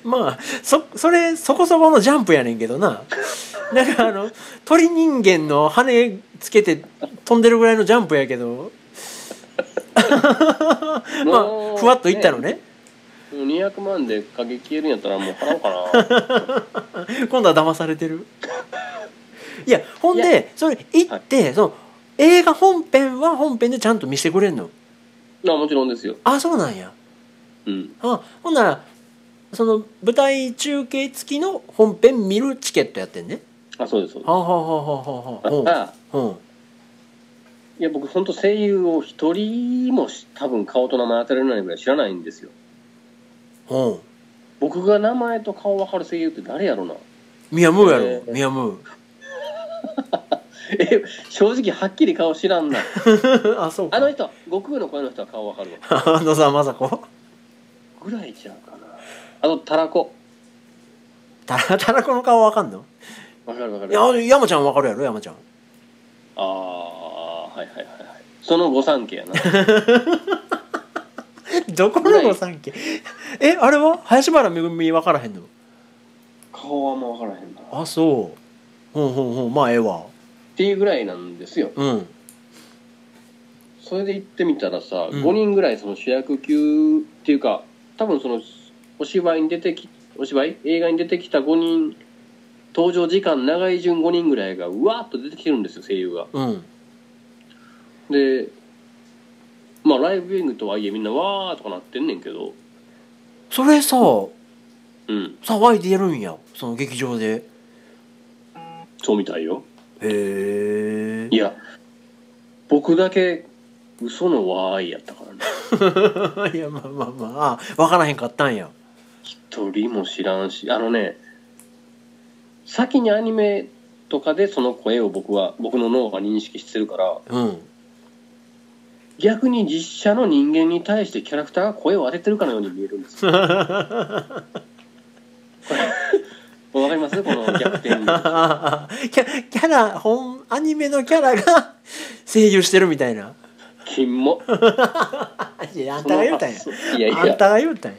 [SPEAKER 2] まあそそれそこそこのジャンプやねんけど ななんかあの鳥人間の羽つけて飛んでるぐらいのジャンプやけど
[SPEAKER 1] も
[SPEAKER 2] まあ
[SPEAKER 1] う
[SPEAKER 2] ふわっといったのね
[SPEAKER 1] もう200万で影消えるんやったらもう払おうか な
[SPEAKER 2] 今度は騙されてるいやほん
[SPEAKER 1] いや
[SPEAKER 2] でそれ行って、その映画本編は本編でちゃんと見せてくれんの
[SPEAKER 1] まあもちろんですよ
[SPEAKER 2] あそうなんや
[SPEAKER 1] うん
[SPEAKER 2] あほんならその舞台中継付きの本編見るチケットやってんね
[SPEAKER 1] あそうですそうで
[SPEAKER 2] はあはあはあはあ
[SPEAKER 1] す
[SPEAKER 2] はあ
[SPEAKER 1] あ
[SPEAKER 2] ほうほ
[SPEAKER 1] いや僕本当声優を一人もし多分顔と名前当てられないぐらい知らないんですよ
[SPEAKER 2] うほ
[SPEAKER 1] 僕が名前と顔分かる声優って誰やろな
[SPEAKER 2] うミヤムーやろ、
[SPEAKER 1] えー
[SPEAKER 2] ミヤム
[SPEAKER 1] え正直はっきり顔知らんな
[SPEAKER 2] ー あそうか
[SPEAKER 1] あの人悟空の声の人は顔分かるわ
[SPEAKER 2] あ野沢雅子
[SPEAKER 1] ぐらいちゃうかなあとタラコ
[SPEAKER 2] たらたらこの顔わかんの
[SPEAKER 1] 分かる分か
[SPEAKER 2] い
[SPEAKER 1] る
[SPEAKER 2] や
[SPEAKER 1] あ
[SPEAKER 2] 山ちゃんわかるやろ山ちゃん
[SPEAKER 1] あーはいはいはいはいその御三家やな
[SPEAKER 2] どこの御三家えあれは林原めぐみわからへんの
[SPEAKER 1] 顔はあんま分からへんなっ
[SPEAKER 2] あそうほんほんほんまあええわ
[SPEAKER 1] ていうぐらいなんですよ
[SPEAKER 2] うん
[SPEAKER 1] それで行ってみたらさ、
[SPEAKER 2] うん
[SPEAKER 1] 5人ぐらいその主役級っていうか多分そのお芝居に出てきお芝居映画に出てきた5人登場時間長い順5人ぐらいがうわーっと出てきてるんですよ声優が
[SPEAKER 2] うん
[SPEAKER 1] でまあライブビューイングとはいえみんなわーとかなってんねんけど
[SPEAKER 2] それさ
[SPEAKER 1] うん
[SPEAKER 2] 騒いでるんやその劇場で
[SPEAKER 1] そうみたいよ
[SPEAKER 2] へ
[SPEAKER 1] いや僕だけ嘘のわーいやったからね
[SPEAKER 2] え いやまあまあまああわからへんかったんや
[SPEAKER 1] 一人も知らんしあのね先にアニメとかでその声を僕は僕の脳が認識してるから
[SPEAKER 2] うん
[SPEAKER 1] 逆に実写の人間に対してキャラクターが声を当ててるかのように見えるん ですよこれわかりますこの逆転
[SPEAKER 2] キャキャラ本アニメのキャラが 声優してるみたいな
[SPEAKER 1] キモ
[SPEAKER 2] いやあん
[SPEAKER 1] そ
[SPEAKER 2] た
[SPEAKER 1] の
[SPEAKER 2] が言うたんや
[SPEAKER 1] 発想いやい
[SPEAKER 2] あん
[SPEAKER 1] や
[SPEAKER 2] たが言うたんや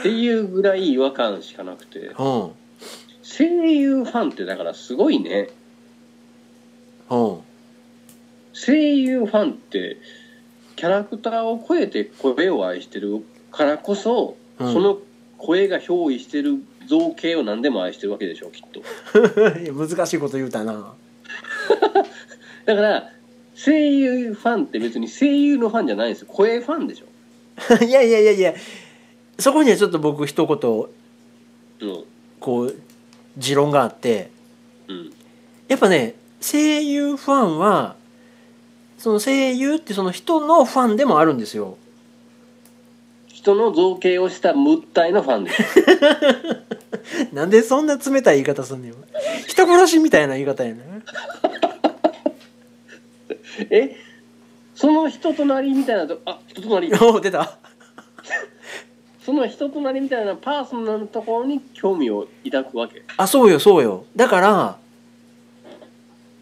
[SPEAKER 1] っていうぐらい違和感しかなくて
[SPEAKER 2] うん
[SPEAKER 1] 声優ファンってだからすごいね
[SPEAKER 2] うん
[SPEAKER 1] 声優ファンってキャラクターを超えて声を愛してるからこそ、
[SPEAKER 2] うん
[SPEAKER 1] その声が憑依してる造形を何でも愛してるわけでしょきっと
[SPEAKER 2] いや難しいこと言うたな
[SPEAKER 1] だから声優ファンって別に声優のファンじゃないんですよ声ファンでしょ
[SPEAKER 2] いやいやいやいやそこにはちょっと僕一言
[SPEAKER 1] うん
[SPEAKER 2] こう持論があって
[SPEAKER 1] うん
[SPEAKER 2] やっぱね声優ファンはその声優ってその人のファンでもあるんですよ
[SPEAKER 1] 人の造形をした物体のファン です
[SPEAKER 2] なんでそんな冷たい言い方すんねん人殺しみたいな言い方やな
[SPEAKER 1] えその人となりみたいなとあ人となり
[SPEAKER 2] おお出た
[SPEAKER 1] その人となりみたいなパーソナルなところに興味を抱くわけ
[SPEAKER 2] あそうよそうよだから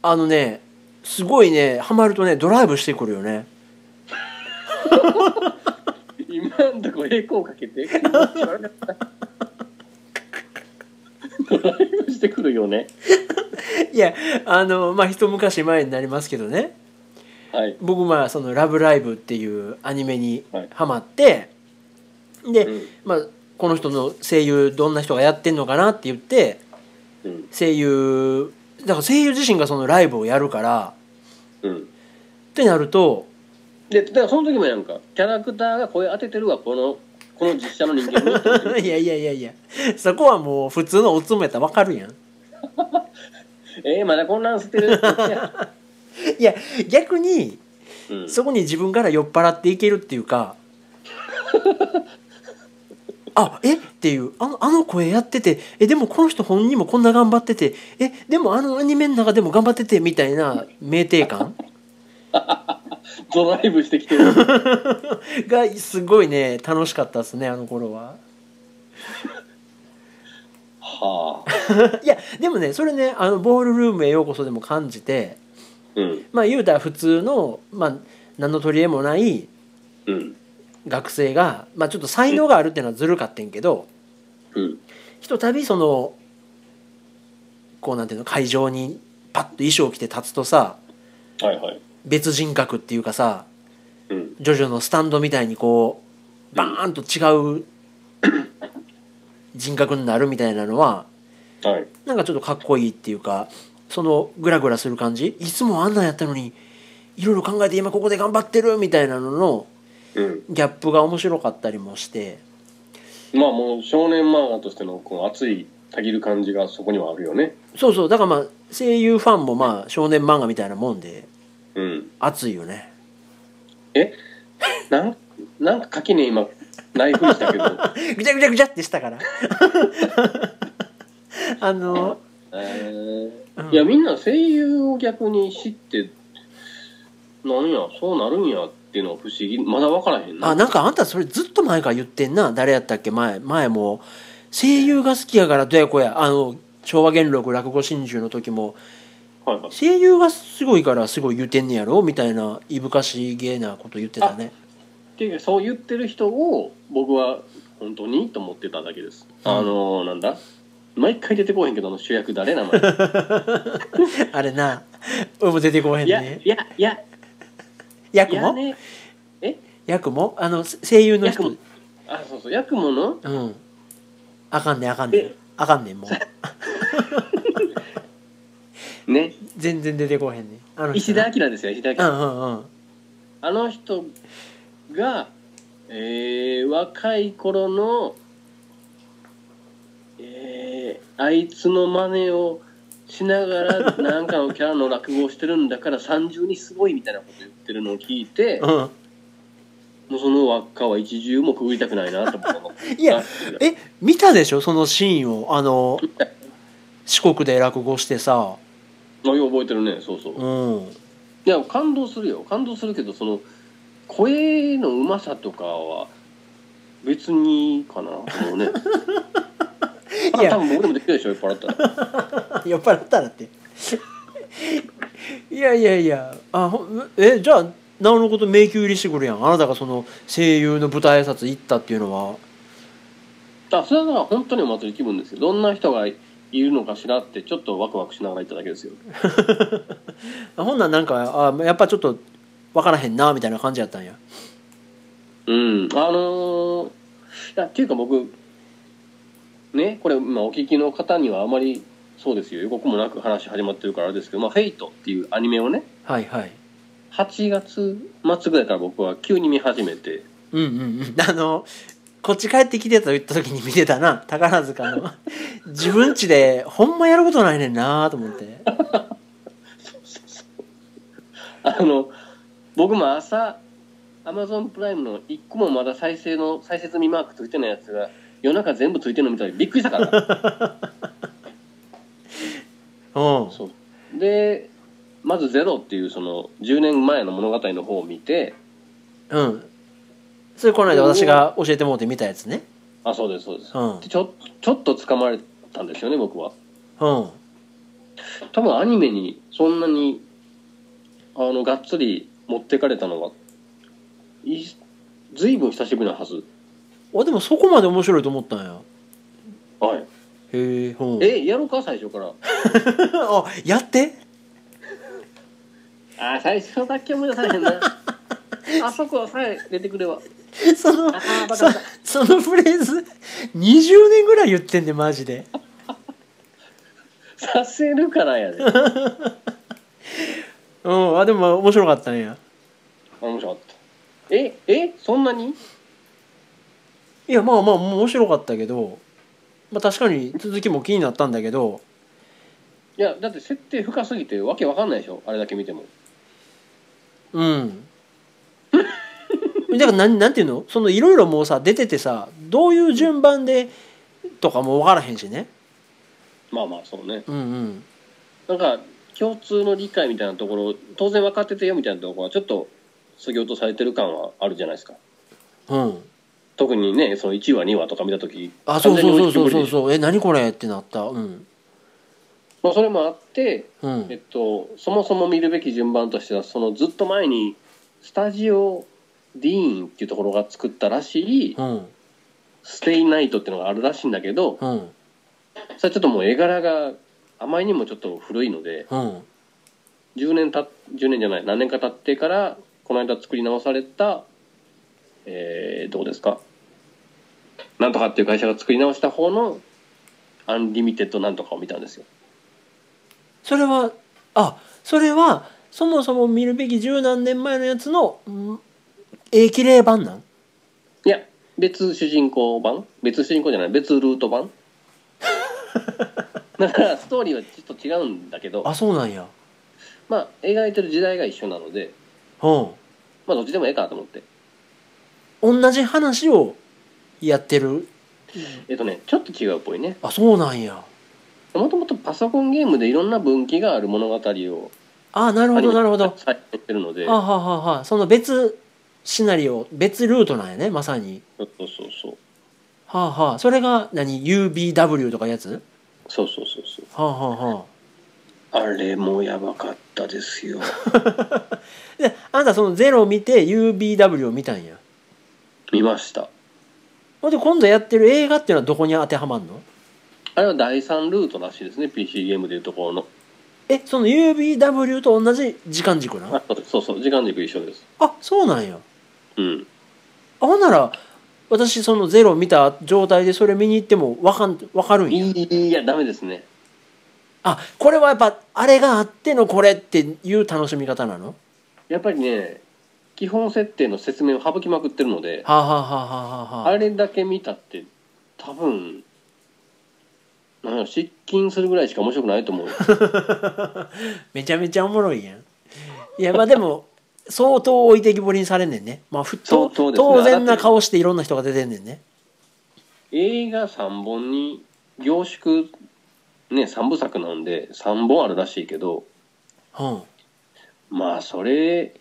[SPEAKER 2] あのねすごいねハマるとねドライブしてくるよね
[SPEAKER 1] 今んとこ栄光かけて気持ち悪かったドライブしてくるよね
[SPEAKER 2] いやあのまあ一昔前になりますけどね
[SPEAKER 1] はい
[SPEAKER 2] 僕まあその「ラブライブ!」っていうアニメに
[SPEAKER 1] はい
[SPEAKER 2] ハマって、で、
[SPEAKER 1] うん
[SPEAKER 2] まあこの人の声優どんな人がやってんのかなって言って
[SPEAKER 1] うん
[SPEAKER 2] 声優だから声優自身がそのライブをやるから
[SPEAKER 1] うん
[SPEAKER 2] ってなると
[SPEAKER 1] でだからその時もなんかキャラクターが声当ててるわこのこの実写の人間の
[SPEAKER 2] いやいやいやいやそこはもう普通のおつむやったらわかるやん
[SPEAKER 1] えー、まだこんなん捨てるって言ってや
[SPEAKER 2] いや逆に
[SPEAKER 1] うん
[SPEAKER 2] そこに自分から酔っ払っていけるっていう かあえっていうあのあの声やっててえでもこの人本人もこんな頑張っててえでもあのアニメの中でも頑張っててみたいな酩酊感
[SPEAKER 1] ドライブしてきてる
[SPEAKER 2] がすごいね楽しかったですねあの頃は
[SPEAKER 1] はあ
[SPEAKER 2] いやでもねそれねあのボールルームへようこそでも感じて
[SPEAKER 1] うん
[SPEAKER 2] まあ言うたら普通の、まあ、何の取り柄もない
[SPEAKER 1] うん
[SPEAKER 2] 学生が、まあ、ちょっと才能があるっていうのはずるかってんけど、
[SPEAKER 1] うん
[SPEAKER 2] ひとたびそのこうなんていうの会場にパッと衣装を着て立つとさ
[SPEAKER 1] はいはい
[SPEAKER 2] 別人格っていうかさ
[SPEAKER 1] うん
[SPEAKER 2] ジョジョのスタンドみたいにこうバーンと違う 人格になるみたいなのは
[SPEAKER 1] はい
[SPEAKER 2] なんかちょっとかっこいいっていうかそのグラグラする感じいつもあんなんやったのにいろいろ考えて今ここで頑張ってるみたいなのの
[SPEAKER 1] うん
[SPEAKER 2] ギャップが面白かったりもして
[SPEAKER 1] まあもう少年漫画としてのこの熱いたぎる感じがそこにはあるよね
[SPEAKER 2] そうそうだからまあ声優ファンもまあ少年漫画みたいなもんで
[SPEAKER 1] うん
[SPEAKER 2] 熱いよね。
[SPEAKER 1] えなんなんか垣根今ナイフにしたけど、
[SPEAKER 2] ぐちゃぐちゃぐちゃってしたから あの
[SPEAKER 1] えー
[SPEAKER 2] うん
[SPEAKER 1] いやみんな声優を逆に知ってなんやそうなるんやっていうのは不思議まだ分からへんな
[SPEAKER 2] あなんかあんたそれずっと前から言ってんな誰やったっけ前前も声優が好きやからどやこやあの昭和元禄落語真珠の時も
[SPEAKER 1] はいはい
[SPEAKER 2] 声優がすごいからすごい言うてんねやろみたいないぶかしげなこと言ってたね
[SPEAKER 1] っていうかそう言ってる人を僕は本当にと思ってただけです、あのーなんだ毎回出てこへんけどあの主役誰 名前
[SPEAKER 2] あれな俺も出てこへん
[SPEAKER 1] いや
[SPEAKER 2] ね
[SPEAKER 1] いやいやい
[SPEAKER 2] 役
[SPEAKER 1] や
[SPEAKER 2] も
[SPEAKER 1] ねえ
[SPEAKER 2] 役もあのせ声優の
[SPEAKER 1] 役
[SPEAKER 2] 人
[SPEAKER 1] もあそうそう役もの
[SPEAKER 2] うんあかんねんあかんねん
[SPEAKER 1] え
[SPEAKER 2] あかんねんもう
[SPEAKER 1] ね
[SPEAKER 2] 全然出てこへんねんあの人
[SPEAKER 1] 石田明ですよ石田明、
[SPEAKER 2] うんうんうん
[SPEAKER 1] あの人が、えー若い頃の、えーあいつの真似をしながら なんかのキャラの落語をしてるんだから三重にすごいみたいなこと言ってるのを聞いて、
[SPEAKER 2] うん
[SPEAKER 1] もうその輪っかは一重もくぐりたくないなと思って
[SPEAKER 2] いやえ見たでしょそのシーンをあの四国で落語してさ
[SPEAKER 1] あよう覚えてるねそうそう、
[SPEAKER 2] う
[SPEAKER 1] い
[SPEAKER 2] ん
[SPEAKER 1] や感動するよ感動するけどその声のうまさとかは別にかなもうねまあ
[SPEAKER 2] いや
[SPEAKER 1] 多分僕でもできるでしょ酔っ払ったら
[SPEAKER 2] 酔っ払ったらって いやいやいやあほんえじゃあなおのこと迷宮入りしてくるやんあなたがその声優の舞台挨拶行ったっていうのは
[SPEAKER 1] あそれはだから本当にお祭り気分ですよどんな人がいるのかしらってちょっとワクワクしながら行っただけですよ
[SPEAKER 2] あほんなんなんかあやっぱちょっと分からへんなみたいな感じやったんや
[SPEAKER 1] うんあのー、いやっていうか僕ねこれ、まあ、お聞きの方にはあまりそうですよ予告もなく話始まってるからあれですけど「まあ、フェイトっていうアニメをね
[SPEAKER 2] はいはい
[SPEAKER 1] 8月末ぐらいから僕は急に見始めて
[SPEAKER 2] うんうんうんあのこっち帰ってきてと言った時に見てたな宝塚の自分家でほんまやることないねんなと思って
[SPEAKER 1] あの僕も朝アマゾンプライムの一個もまだ再生の再生済みマークついてないやつが夜中全部ついてるの見たらびっくりしたから
[SPEAKER 2] うん
[SPEAKER 1] そうでまず「ゼロっていうその10年前の物語の方を見て
[SPEAKER 2] うんそれこの間私が教えてもらって見たやつね
[SPEAKER 1] あそうですそうです
[SPEAKER 2] うん
[SPEAKER 1] でちょちょっと掴まれたんですよね僕は
[SPEAKER 2] うん
[SPEAKER 1] 多分アニメにそんなにあのがっつり持ってかれたのはいずいぶん久しぶりなはず
[SPEAKER 2] あでもそこまで面白いと思ったんや
[SPEAKER 1] はい
[SPEAKER 2] へえうん
[SPEAKER 1] えやろうか最初から
[SPEAKER 2] あやって
[SPEAKER 1] あー最初だけ思い出されへん なあそこさえ出てくれば
[SPEAKER 2] その
[SPEAKER 1] あーバカ
[SPEAKER 2] そ
[SPEAKER 1] バカ
[SPEAKER 2] そのフレーズ20年ぐらい言ってんでマジで
[SPEAKER 1] させるから やであ
[SPEAKER 2] うんあでも面白かったんや
[SPEAKER 1] 面白かったええそんなに
[SPEAKER 2] いやまあまあ面白かったけど、まあ、確かに続きも気になったんだけど
[SPEAKER 1] いやだって設定深すぎてわけわかんないでしょあれだけ見ても
[SPEAKER 2] うん。だからなんなんていうのそのいろいろもうさ出ててさどういう順番でとかも分からへんしね
[SPEAKER 1] まあまあそうね
[SPEAKER 2] うんうん
[SPEAKER 1] なんか共通の理解みたいなところ当然分かっててよみたいなところはちょっと削ぎ落とされてる感はあるじゃないですか
[SPEAKER 2] うん
[SPEAKER 1] 特にねその1話2話とか見た時
[SPEAKER 2] あそうそうそうそう
[SPEAKER 1] 完全に置いてきぼり
[SPEAKER 2] そう
[SPEAKER 1] でしょ
[SPEAKER 2] そうえ何これってなったうん
[SPEAKER 1] まあ、それもあって、
[SPEAKER 2] う
[SPEAKER 1] えっ
[SPEAKER 2] ん
[SPEAKER 1] と、そもそも見るべき順番としてはそのずっと前にスタジオディーンっていうところが作ったらしい
[SPEAKER 2] うん
[SPEAKER 1] 「ステイナイト」っていうのがあるらしいんだけど
[SPEAKER 2] うん
[SPEAKER 1] それちょっともう絵柄があまりにもちょっと古いので
[SPEAKER 2] うん
[SPEAKER 1] 10年た10年じゃない何年か経ってからこの間作り直されたえー、どうですかなんとかっていう会社が作り直した方のアンリミテッドなんとかを見たんですよ
[SPEAKER 2] それはあそれはそもそも見るべき十何年前のやつのうんえ綺麗版なん
[SPEAKER 1] いや別主人公版別主人公じゃない別ルート版だからストーリーはちょっと違うんだけど
[SPEAKER 2] あそうなんや
[SPEAKER 1] まあ描いてる時代が一緒なので
[SPEAKER 2] うん
[SPEAKER 1] まあどっちでもええかと思って
[SPEAKER 2] 同じ話をやってる
[SPEAKER 1] えっとねちょっと違うっぽいね
[SPEAKER 2] あそうなんや
[SPEAKER 1] もともとパソコンゲームでいろんな分岐がある物語を
[SPEAKER 2] あなるほどなるほど
[SPEAKER 1] 再現してるので
[SPEAKER 2] あはあはあはあその別シナリオ別ルートなんやねまさに
[SPEAKER 1] そうそうそうそう
[SPEAKER 2] はあはあそれが何 UBW とかやつ
[SPEAKER 1] そうそうそうそう
[SPEAKER 2] はあはあは
[SPEAKER 1] あれもやばかったですよ
[SPEAKER 2] あであなたそのゼロを見て UBW を見たんや
[SPEAKER 1] 見ました
[SPEAKER 2] ほんで今度やってる映画っていうのはどこに当てはまんの
[SPEAKER 1] あれは第3ルートらしいですね PC ゲームでいうところの
[SPEAKER 2] えその UBW と同じ時間軸な
[SPEAKER 1] あそうそう時間軸一緒です
[SPEAKER 2] あそうなんや
[SPEAKER 1] うん
[SPEAKER 2] あほんなら私そのゼロを見た状態でそれ見に行ってもわかんわかるんや
[SPEAKER 1] いやダメですね
[SPEAKER 2] あこれはやっぱあれがあってのこれっていう楽しみ方なの
[SPEAKER 1] やっぱりね基本設定の説明を省きまくってるので
[SPEAKER 2] はあ、はあはあはあはあ、
[SPEAKER 1] あれだけ見たって多分なんや失禁するぐらいしか面白くないと思う
[SPEAKER 2] めちゃめちゃおもろいやんいやまあでも相当置いてきぼりにされんねんねまあふっ
[SPEAKER 1] 相
[SPEAKER 2] と、
[SPEAKER 1] 当ですね
[SPEAKER 2] 当然な顔していろんな人が出てんねんね
[SPEAKER 1] 映画3本に凝縮ね3部作なんで3本あるらしいけど
[SPEAKER 2] うん
[SPEAKER 1] まあそれ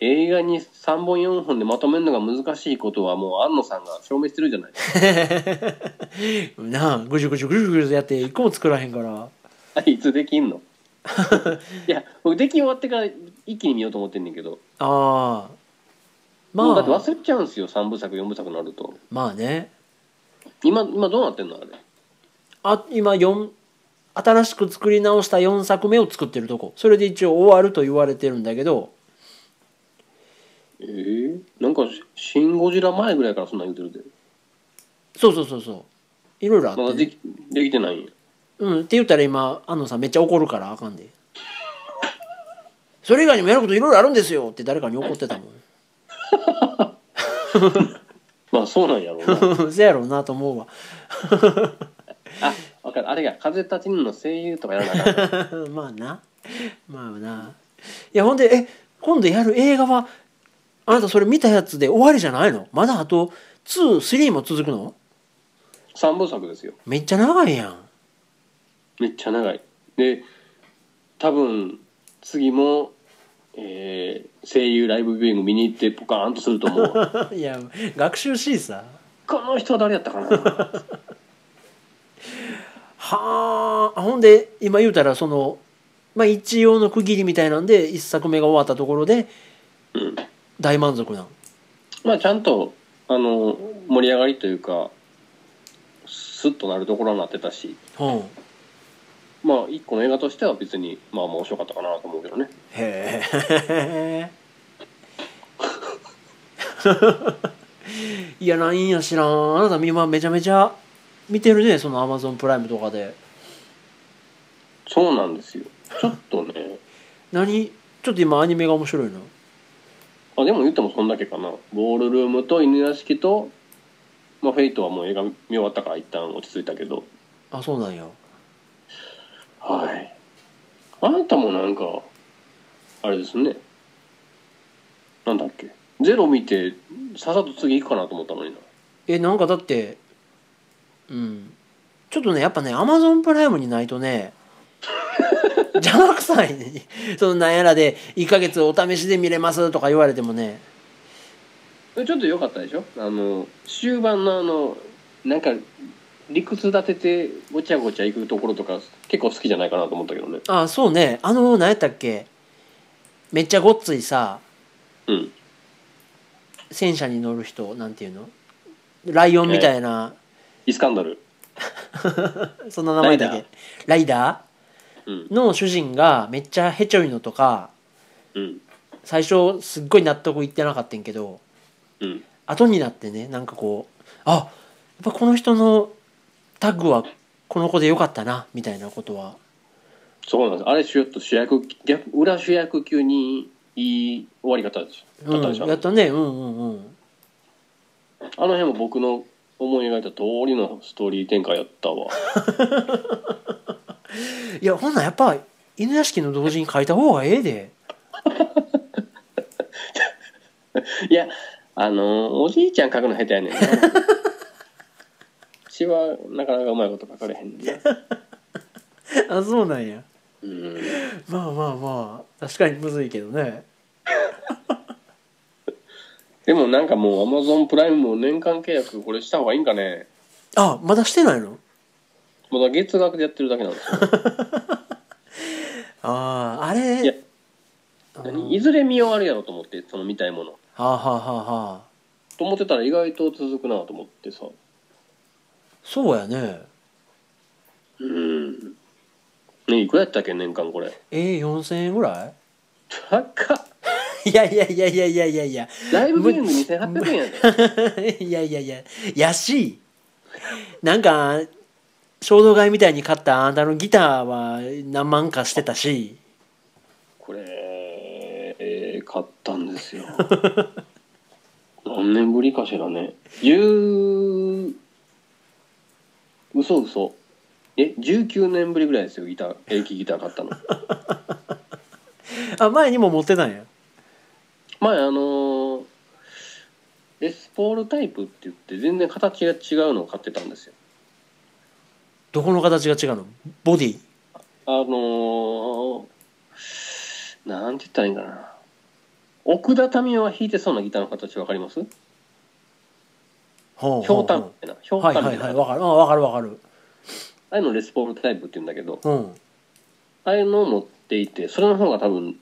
[SPEAKER 1] 映画に3本4本でまとめるのが難しいことはもう庵野さんが証明してるじゃない ですか
[SPEAKER 2] なあぐじゅぐじゅぐじゅぐじゅやって一個も作らへんから
[SPEAKER 1] あいつでき んのいや僕でき終わってから一気に見ようと思ってんねんけど
[SPEAKER 2] ああ
[SPEAKER 1] もう
[SPEAKER 2] ま
[SPEAKER 1] だって
[SPEAKER 2] あ
[SPEAKER 1] 忘れちゃうんですよ3部作4部作になると
[SPEAKER 2] まあね
[SPEAKER 1] 今今どうなってんのあれ
[SPEAKER 2] あ今四新しく作り直した4作目を作ってるとこそれで一応終わると言われてるんだけど
[SPEAKER 1] えー、なんか「シン・ゴジラ」前ぐらいからそんなん言うてるで
[SPEAKER 2] そうそうそうそういろいろあっ
[SPEAKER 1] まだ
[SPEAKER 2] て、
[SPEAKER 1] で
[SPEAKER 2] ね
[SPEAKER 1] きできてないんや
[SPEAKER 2] うん、って言ったら今安野さんめっちゃ怒るからあかんでそれ以外にもやることいろいろあるんですよって誰かに怒ってたもん
[SPEAKER 1] まあそうなんやろう な
[SPEAKER 2] せやろうなと思うわ
[SPEAKER 1] あわかるあれが風立ちぬの声優とかやらなあかん
[SPEAKER 2] まあなまあないやほんでえ今度やる映画はあなたそれ見たやつで終わりじゃないのまだあと23も続くの
[SPEAKER 1] 三部作ですよ
[SPEAKER 2] めっちゃ長いやん
[SPEAKER 1] めっちゃ長いで多分次も、えー声優ライブビューイング見に行ってポカーンとすると思うわ
[SPEAKER 2] いや学習しさ
[SPEAKER 1] この人は誰やったかな
[SPEAKER 2] はあほんで今言うたらそのまあ一応の区切りみたいなんで一作目が終わったところで
[SPEAKER 1] うん
[SPEAKER 2] 大満足なん
[SPEAKER 1] まあちゃんとあの盛り上がりというかスッとなるところになってたし
[SPEAKER 2] うん
[SPEAKER 1] まあ一個の映画としては別にまあ面白かったかなと思うけどね
[SPEAKER 2] へえ いやなんや知らんあなた今めちゃめちゃ見てるねそのアマゾンプライムとかで
[SPEAKER 1] そうなんですよちょっとね
[SPEAKER 2] 何ちょっと今アニメが面白いの
[SPEAKER 1] あでも言ってもそんだけかなボールルームと犬屋敷と、まあ、フェイトはもう映画見終わったから一旦落ち着いたけど
[SPEAKER 2] あそうなんや
[SPEAKER 1] はいあなたもなんかあれですねなんだっけゼロ見てさっさと次行くかなと思ったのにな
[SPEAKER 2] えなんかだってうんちょっとねやっぱねアマゾンプライムにないと ね邪魔くさいねそのなんやらで1ヶ月お試しで見れますとか言われてもね
[SPEAKER 1] えちょっと良かったでしょあの終盤のあのなんか理屈立ててごちゃごちゃ行くところとか結構好きじゃないかなと思ったけどね
[SPEAKER 2] あそうねあの何やったっけめっちゃごっついさ
[SPEAKER 1] うん
[SPEAKER 2] 戦車に乗る人なんていうのライオンみたいな、
[SPEAKER 1] イスカンダル
[SPEAKER 2] そんな名前だっけライダ
[SPEAKER 1] うん
[SPEAKER 2] ーの主人がめっちゃへちょいのとか
[SPEAKER 1] うん
[SPEAKER 2] 最初すっごい納得いってなかったんけど
[SPEAKER 1] うん
[SPEAKER 2] 後になってねなんかこうあやっぱこの人のタッグはこの子でよかったなみたいなことは
[SPEAKER 1] そうなんですあれちょっと主役逆裏主役級にいい終わり方ですだったで
[SPEAKER 2] うん
[SPEAKER 1] しょ、
[SPEAKER 2] やったねうんうんうん
[SPEAKER 1] あの辺も僕の思い描いた通りのストーリー展開やったわ
[SPEAKER 2] いやほんなんやっぱ犬屋敷の同時に書いた方がええで
[SPEAKER 1] いやあのおじいちゃん描くの下手や ねんな詩はなかなかうまいこと書かれへんね
[SPEAKER 2] あそうなんや
[SPEAKER 1] うん
[SPEAKER 2] まあまあまあ確かにむずいけどね
[SPEAKER 1] でもなんかもうアマゾンプライムも年間契約これした方がいいんかね
[SPEAKER 2] あまだしてないの
[SPEAKER 1] まだ月額でやってるだけなんですよ
[SPEAKER 2] あああ
[SPEAKER 1] いや
[SPEAKER 2] れあー
[SPEAKER 1] 何いずれ見終わるやろと思ってその見たいもの
[SPEAKER 2] はあはあはあはあ
[SPEAKER 1] と思ってたら意外と続くなと思ってさ
[SPEAKER 2] そうやね
[SPEAKER 1] うんねいくらやったっけ年間これ
[SPEAKER 2] えー、4000円ぐら
[SPEAKER 1] 高っ
[SPEAKER 2] いいやいやいやいやいやいやいや
[SPEAKER 1] ライブビューイング2800円やで、
[SPEAKER 2] いやいやいや安いなんか衝動買いみたいに買ったあんたのギターは何万かしてたし
[SPEAKER 1] これ、えー買ったんですよ 何年ぶりかしらね10嘘嘘え19年ぶりぐらいですよギターエレキギター買ったの
[SPEAKER 2] あ前にも持ってたんや
[SPEAKER 1] 前あのーレスポールタイプって言って全然形が違うのを買ってたんですよ
[SPEAKER 2] どこの形が違うのボディ
[SPEAKER 1] あのーなんて言ったらいいんかな奥田民生は弾いてそうなギターの形わかります
[SPEAKER 2] ほう
[SPEAKER 1] ひょ
[SPEAKER 2] ほ
[SPEAKER 1] う
[SPEAKER 2] う
[SPEAKER 1] たんみ
[SPEAKER 2] ほ
[SPEAKER 1] たいなひ
[SPEAKER 2] う
[SPEAKER 1] ょうた
[SPEAKER 2] は
[SPEAKER 1] ん
[SPEAKER 2] い
[SPEAKER 1] みた
[SPEAKER 2] はいい
[SPEAKER 1] な、
[SPEAKER 2] はいわかるあわかるわかる
[SPEAKER 1] ああいうのレスポールタイプって言うんだけど
[SPEAKER 2] うん
[SPEAKER 1] ああいうのを持っていてそれの方が多分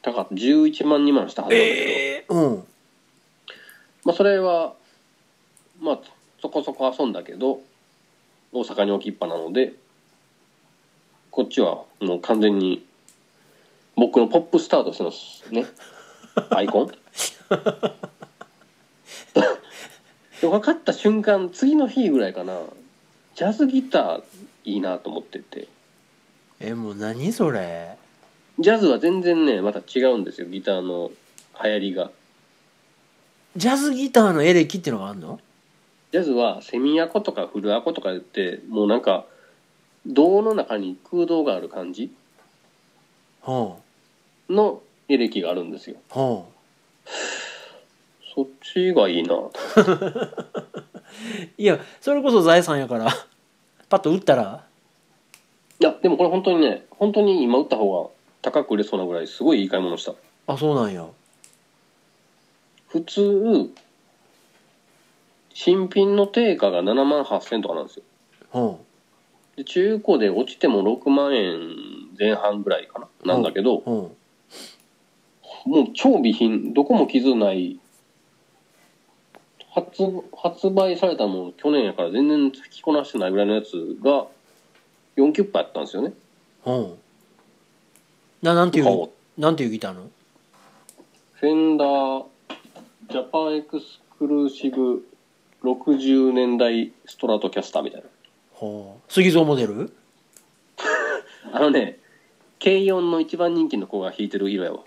[SPEAKER 1] 高かった11万2万したはずなんだけど、
[SPEAKER 2] うん
[SPEAKER 1] まあ、それはまあそこそこ遊んだけど大阪に置きっぱなのでこっちはもう完全に僕のポップスターとしてのねアイコンで分かった瞬間次の日ぐらいかなジャズギターいいなと思ってて
[SPEAKER 2] えもう何それ
[SPEAKER 1] ジャズは全然ねまた違うんですよギターの流行りが
[SPEAKER 2] ジャズギターのエレキっていうのがあるの
[SPEAKER 1] ジャズはセミアコとかフルアコとか言ってもうなんか銅の中に空洞がある感じ
[SPEAKER 2] ほ
[SPEAKER 1] のエレキがあるんですよ
[SPEAKER 2] うほ
[SPEAKER 1] そっちがいいなと
[SPEAKER 2] ういやそれこそ財産やからパッと打ったら
[SPEAKER 1] いやでもこれ本当にね本当に今打った方が高く売れそうなぐらいすごいいい買い物した
[SPEAKER 2] あそうなんや
[SPEAKER 1] 普通新品の定価が7万8000とかなんですよ
[SPEAKER 2] ほ
[SPEAKER 1] で中古で落ちても6万円前半ぐらいかななんだけど
[SPEAKER 2] う、ほ
[SPEAKER 1] もう超備品どこも傷ない発発売されたもの去年やから全然着きこなしてないぐらいのやつが4キュッパやったんですよね
[SPEAKER 2] うほうななんてい
[SPEAKER 1] 買お
[SPEAKER 2] うなんていうギターの
[SPEAKER 1] フェンダージャパンエクスクルーシブ60年代ストラトキャスターみたいな
[SPEAKER 2] ほう杉蔵モデル
[SPEAKER 1] あのね軽音の一番人気の子が弾いてる色やわ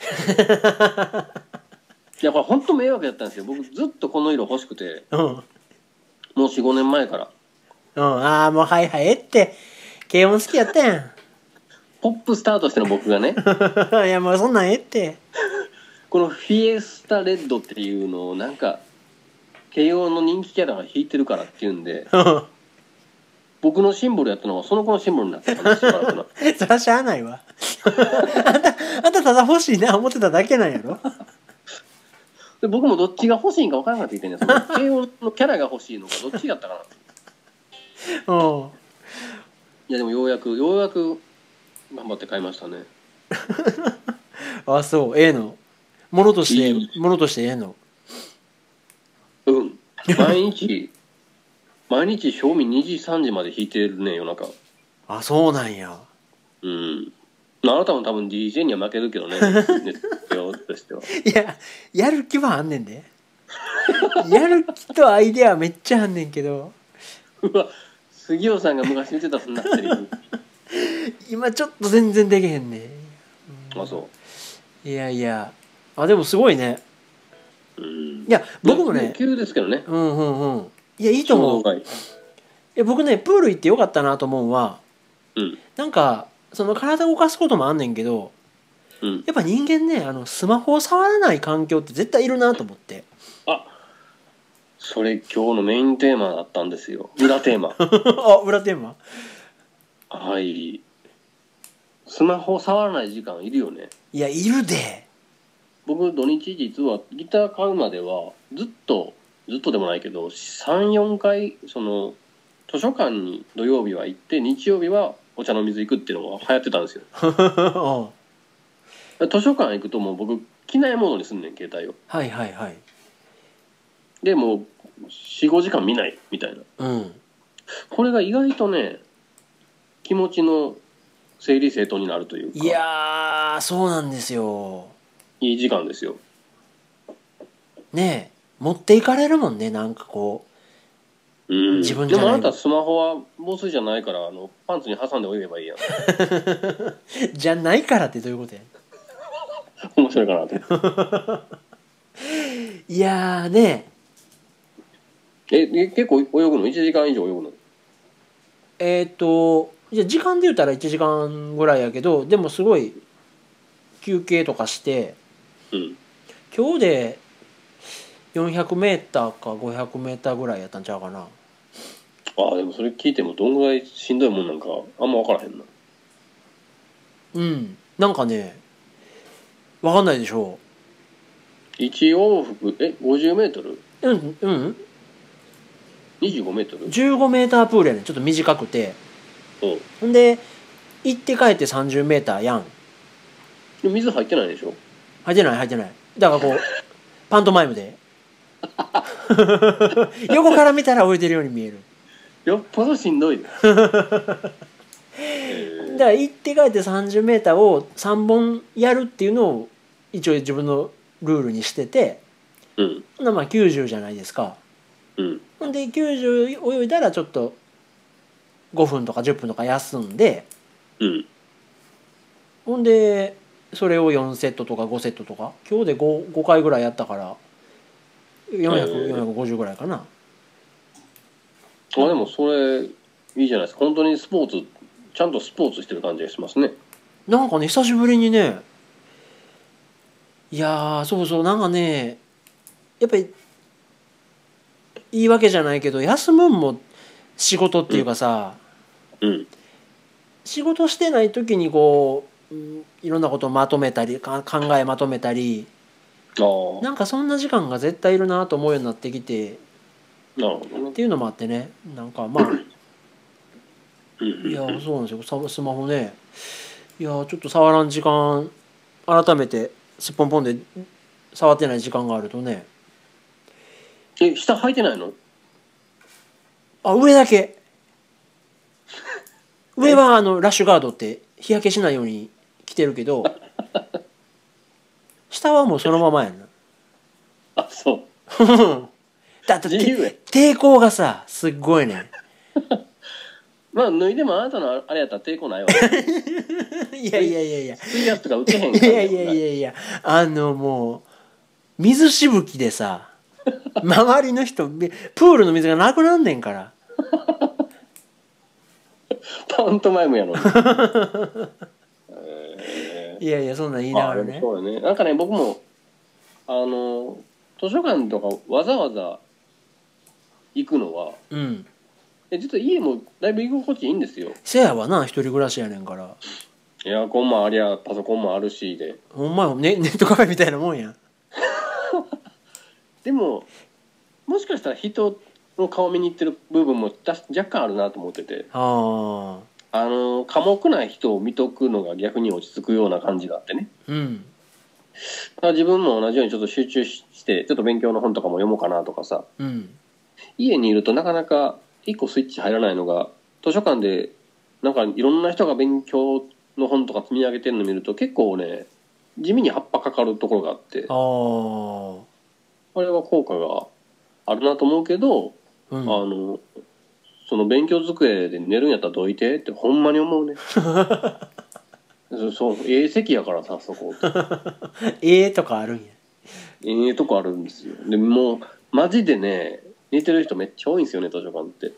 [SPEAKER 1] いやこれほんと迷惑やったんですよ僕ずっとこの色欲しくて
[SPEAKER 2] うんうん
[SPEAKER 1] もう45年前から
[SPEAKER 2] ああもうはいはいええって軽音好きやったやん
[SPEAKER 1] ポップスターとしての僕がね
[SPEAKER 2] いやもうそんなんええって
[SPEAKER 1] このフィエスタレッドっていうのをなんか慶応の人気キャラが弾いてるからっていうんで
[SPEAKER 2] うん
[SPEAKER 1] 僕のシンボルやったのはその子のシンボルになってたんですよしばらくの
[SPEAKER 2] そらしゃあないわあんたあんたただ欲しいな思ってただけなんやろ
[SPEAKER 1] で僕もどっちが欲しいんか分からなくなってきてねその慶応のキャラが欲しいのかどっちだったかな
[SPEAKER 2] うん
[SPEAKER 1] いやでもようやくようやく頑張って買いましたね
[SPEAKER 2] あそうええのものとして
[SPEAKER 1] い
[SPEAKER 2] ものとしてええの
[SPEAKER 1] うん毎日 毎日正味2時3時まで弾いてるね夜中
[SPEAKER 2] あそうなんや
[SPEAKER 1] うんまああなたも多分 DJ には負けるけどねね よとしてはい
[SPEAKER 2] ややる気はあんねんでやる気とアイデアはめっちゃあんねんけど
[SPEAKER 1] うわ杉尾さんが昔見てたそんなセリフ
[SPEAKER 2] 今ちょっと全然できへんねん
[SPEAKER 1] あそ
[SPEAKER 2] いやいやあでもすごいね
[SPEAKER 1] ううん
[SPEAKER 2] いや僕もね
[SPEAKER 1] 急ですけどね
[SPEAKER 2] うんうんうんいやいいと思う
[SPEAKER 1] はい
[SPEAKER 2] え僕ねプール行ってよかったなと思うのは
[SPEAKER 1] うん
[SPEAKER 2] なんかその体動かすこともあんねんけど
[SPEAKER 1] うん
[SPEAKER 2] やっぱ人間ねあのスマホを触らない環境って絶対いるなと思って
[SPEAKER 1] それ今日のメインテーマだったんですよ裏テー マ
[SPEAKER 2] あ裏テーマ
[SPEAKER 1] はいスマホ触らない時間いるよね
[SPEAKER 2] いやいるで
[SPEAKER 1] 僕土日実はギター買うまではずっとずっとでもないけど34回その図書館に土曜日は行って日曜日はお茶の水行くっていうのが流行ってたんですよ
[SPEAKER 2] うん
[SPEAKER 1] 図書館行くともう僕機内モードにすんねん携帯を
[SPEAKER 2] はいはいはい
[SPEAKER 1] でもう45時間見ないみたいな
[SPEAKER 2] うん
[SPEAKER 1] これが意外とね気持ちの整理整頓になるというか
[SPEAKER 2] いやーそうなんですよ
[SPEAKER 1] いい時間ですよ
[SPEAKER 2] ねえ持っていかれるもんねなんかこ
[SPEAKER 1] うん
[SPEAKER 2] 自分じ
[SPEAKER 1] で
[SPEAKER 2] ゃない
[SPEAKER 1] もあなたスマホは防水じゃないからあのパンツに挟んで泳げばいいやん
[SPEAKER 2] う じゃないからってどういうことや
[SPEAKER 1] 面白いかなと
[SPEAKER 2] いやーね
[SPEAKER 1] ええ結構泳ぐの1時間以上泳ぐの
[SPEAKER 2] えっ、とじゃあ時間で言ったら1時間ぐらいやけどでもすごい休憩とかして
[SPEAKER 1] うん
[SPEAKER 2] 今日で 400m か 500m ぐらいやったんちゃうかな
[SPEAKER 1] ああでもそれ聞いてもどんぐらいしんどいもんなんかあんま分からへんな
[SPEAKER 2] うんなんかねわかんないでしょ
[SPEAKER 1] 1往復え 50m25m
[SPEAKER 2] ううんうん15メータープールやねんちょっと短くて
[SPEAKER 1] うん
[SPEAKER 2] ほんで行って帰って30メーターやん
[SPEAKER 1] で水入ってないでしょ
[SPEAKER 2] 入ってない入ってないだからこうパントマイムで 横から見たら泳いでるように見える
[SPEAKER 1] よっぽどしんどい でえー
[SPEAKER 2] だから行って帰って30メーターを3本やるっていうのを一応自分のルールにしてて
[SPEAKER 1] うん
[SPEAKER 2] ほんならまあ90じゃないですか
[SPEAKER 1] うん
[SPEAKER 2] ほんで90泳いだらちょっと5分とか10分とか休んで
[SPEAKER 1] うん
[SPEAKER 2] ほんでそれを4セットとか5セットとか今日で 5, 5回ぐらいやったから400450ぐらいかな
[SPEAKER 1] あでもそれいいじゃないですか本当にスポーツちゃんとスポーツしてる感じがしますね
[SPEAKER 2] なんかね久しぶりにねいやーそうそうなんかねやっぱり言い訳じゃないけど休むんも仕事っていうかさ、
[SPEAKER 1] うん
[SPEAKER 2] 仕事してない時にこううんいろんなことをまとめたりか考えまとめたり
[SPEAKER 1] ああ
[SPEAKER 2] なんかそんな時間が絶対いるなと思うようになってきて
[SPEAKER 1] なるほど
[SPEAKER 2] っ
[SPEAKER 1] ね
[SPEAKER 2] ていうのもあってねなんかまあ
[SPEAKER 1] うん
[SPEAKER 2] いや
[SPEAKER 1] うんうん
[SPEAKER 2] そうなんですよさスマホねいやちょっと触らん時間改めてすっぽんぽんで触ってない時間があるとね
[SPEAKER 1] え下履いてないの
[SPEAKER 2] あ上 だけ上はあのラッシュガードって日焼けしないように着てるけ ど下はもうそのままやんな
[SPEAKER 1] あそう
[SPEAKER 2] だって
[SPEAKER 1] 自由や
[SPEAKER 2] 抵抗がさすっごいね
[SPEAKER 1] まあ脱いでもあなたのあれやったら抵抗 ないわ
[SPEAKER 2] いやいやいやいや
[SPEAKER 1] 水圧とか打てへん
[SPEAKER 2] い
[SPEAKER 1] から
[SPEAKER 2] やいやいやいやあのもう水しぶきで さ周りの人みプールの水がなくなんねんから
[SPEAKER 1] パントマイムやのにえ
[SPEAKER 2] いやいやそんなん言い
[SPEAKER 1] ー
[SPEAKER 2] なが
[SPEAKER 1] あ
[SPEAKER 2] ら
[SPEAKER 1] でも
[SPEAKER 2] ね
[SPEAKER 1] そうよねなんかね僕もあの図書館とかわざわざ行くのは
[SPEAKER 2] うん
[SPEAKER 1] え実は家もだいぶ居心地いいんですよ
[SPEAKER 2] せやわな一人暮らしやねんから
[SPEAKER 1] エアコンもありゃパソコンもあるしで
[SPEAKER 2] ほんまよねネットカフェみたいなもんやん
[SPEAKER 1] でももしかしたら人の顔見に行ってる部分もたし若干あるなと思ってて
[SPEAKER 2] ああ
[SPEAKER 1] あの寡黙な人を見とくのが逆に落ち着くような感じがあってね
[SPEAKER 2] うん
[SPEAKER 1] だから自分も同じようにちょっと集中ししてちょっと勉強の本とかも読もうかなとかさ
[SPEAKER 2] うん
[SPEAKER 1] 家にいるとなかなか一個スイッチ入らないのが図書館でなんかいろんな人が勉強の本とか積み上げてるの見ると結構ね地味に葉っぱかかるところがあって
[SPEAKER 2] ああ
[SPEAKER 1] これは効果があるなと思うけど、
[SPEAKER 2] う
[SPEAKER 1] あ
[SPEAKER 2] ん、
[SPEAKER 1] のその勉強机で寝るんやったらどいてってほんまに思う ねそそうええ席やからさそこって
[SPEAKER 2] ええとかあるんや
[SPEAKER 1] ええとこあるんですよでもうマジでね寝てる人めっちゃ多いんですよね図書館って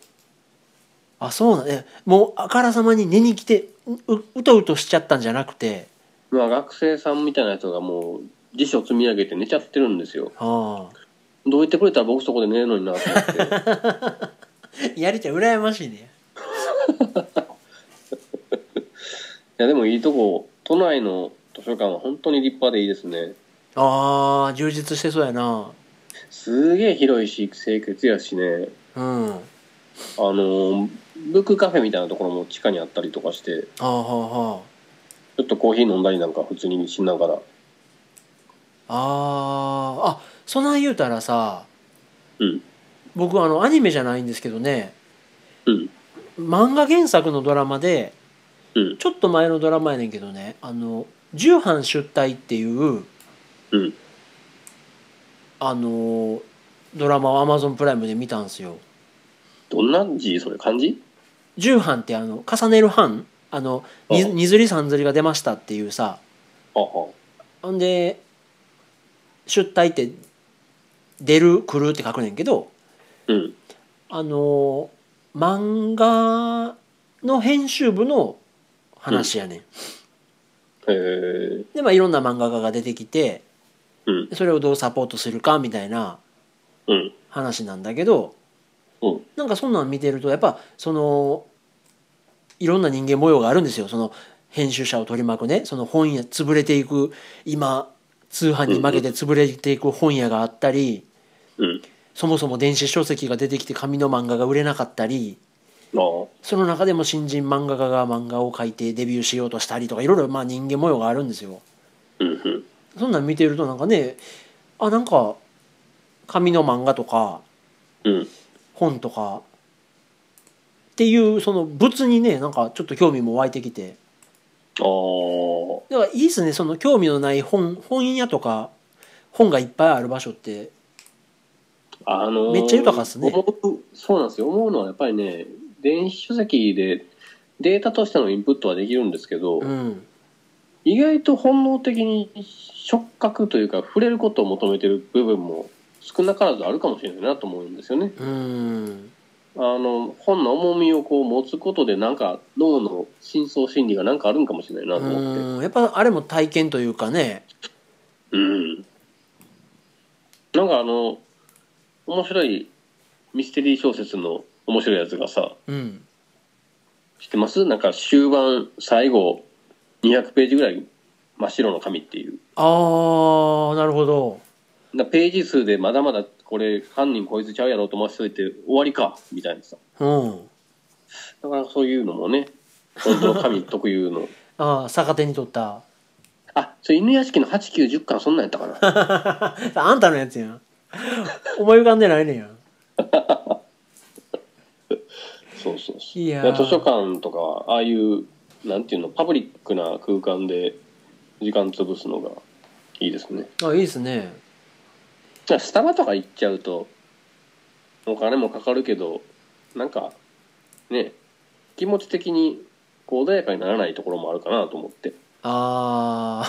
[SPEAKER 2] あそうなんえもうあからさまに寝に来てうううとうとしちゃったんじゃなくて
[SPEAKER 1] まあ学生さんみたいな人がもう辞書積み上げて寝ちゃってるんですよ
[SPEAKER 2] ああ
[SPEAKER 1] どう言ってくれたら僕そこで寝るのになと 思って
[SPEAKER 2] やりちゃう羨ましいね
[SPEAKER 1] いやでもいいとこ都内の図書館は本当に立派でいいですね
[SPEAKER 2] ああ充実してそうやな
[SPEAKER 1] すげえ広いし清潔やしね
[SPEAKER 2] うんは
[SPEAKER 1] あのブックカフェみたいなところも地下にあったりとかして
[SPEAKER 2] あはあは
[SPEAKER 1] ちょっとコーヒー飲んだりなんか普通にしながら
[SPEAKER 2] ああーあそない言うたらさ
[SPEAKER 1] うん
[SPEAKER 2] 僕あのアニメじゃないんですけどね
[SPEAKER 1] うん
[SPEAKER 2] 漫画原作のドラマで
[SPEAKER 1] うん
[SPEAKER 2] ちょっと前のドラマやねんけどねあの重版出退っていう
[SPEAKER 1] うん
[SPEAKER 2] あのドラマをアマゾンプライムで見たんですよ
[SPEAKER 1] どんな字それ漢字
[SPEAKER 2] 重版ってあの重ねる版あのに
[SPEAKER 1] あ
[SPEAKER 2] 二ずり三ずりが出ましたっていうさ
[SPEAKER 1] あは
[SPEAKER 2] ほんで出退って出る来るって書くねんけど
[SPEAKER 1] うん
[SPEAKER 2] あの漫画の編集部の話やねん、
[SPEAKER 1] へえ
[SPEAKER 2] でまあいろんな漫画家が出てきて
[SPEAKER 1] うん
[SPEAKER 2] それをどうサポートするかみたいな
[SPEAKER 1] うん
[SPEAKER 2] 話なんだけど
[SPEAKER 1] うん
[SPEAKER 2] なんかそんなん見てるとやっぱそのいろんな人間模様があるんですよその編集者を取り巻くねその本屋潰れていく今通販に負けて潰れていく本屋があったり
[SPEAKER 1] うん
[SPEAKER 2] そもそも電子書籍が出てきて紙の漫画が売れなかったり
[SPEAKER 1] ああ
[SPEAKER 2] その中でも新人漫画家が漫画を描いてデビューしようとしたりとかいろいろまあ人間模様があるんですよ。
[SPEAKER 1] うんうん
[SPEAKER 2] そんなん見てるとなんかねあなんか紙の漫画とか
[SPEAKER 1] うん
[SPEAKER 2] 本とかっていうその物にねなんかちょっと興味も湧いてきて
[SPEAKER 1] ああ
[SPEAKER 2] だからいいですねその興味のない本本屋とか本がいっぱいある場所って
[SPEAKER 1] あのー
[SPEAKER 2] めっちゃ豊かっすね
[SPEAKER 1] 思うそうなんですよ思うのはやっぱりね電子書籍でデータとしてのインプットはできるんですけど、
[SPEAKER 2] うん
[SPEAKER 1] 意外と本能的に触覚というか触れることを求めてる部分も少なからずあるかもしれないなと思うんですよね。
[SPEAKER 2] うん
[SPEAKER 1] あの本の重みをこう持つことでなんか脳の深層心理がなんかあるんかもしれないなと思って
[SPEAKER 2] うんやっぱあれも体験というかね
[SPEAKER 1] うんなんかあの面白いミステリー小説の面白いやつがさ
[SPEAKER 2] うん
[SPEAKER 1] 知ってますなんか終盤最後200ページぐらい真っ白の紙っていう
[SPEAKER 2] ああなるほど
[SPEAKER 1] なページ数でまだまだこれ犯人こいつちゃうやろと思わせといて終わりかみたいなさ
[SPEAKER 2] うん
[SPEAKER 1] だからそういうのもね本当の神特有の
[SPEAKER 2] ああ逆手に取った
[SPEAKER 1] あそれ犬屋敷の8910巻そんなんやったか な
[SPEAKER 2] あんたのやつやん思い浮かんでないねんやん
[SPEAKER 1] そうそうそう
[SPEAKER 2] い
[SPEAKER 1] い
[SPEAKER 2] や
[SPEAKER 1] や
[SPEAKER 2] ー
[SPEAKER 1] 図書館とかはああいうなんていうのパブリックな空間で時間潰すのがいいですね
[SPEAKER 2] あいいですね
[SPEAKER 1] じゃあスタバとか行っちゃうとお金もかかるけどなんかね気持ち的にこう穏やかにならないところもあるかなと思って
[SPEAKER 2] あ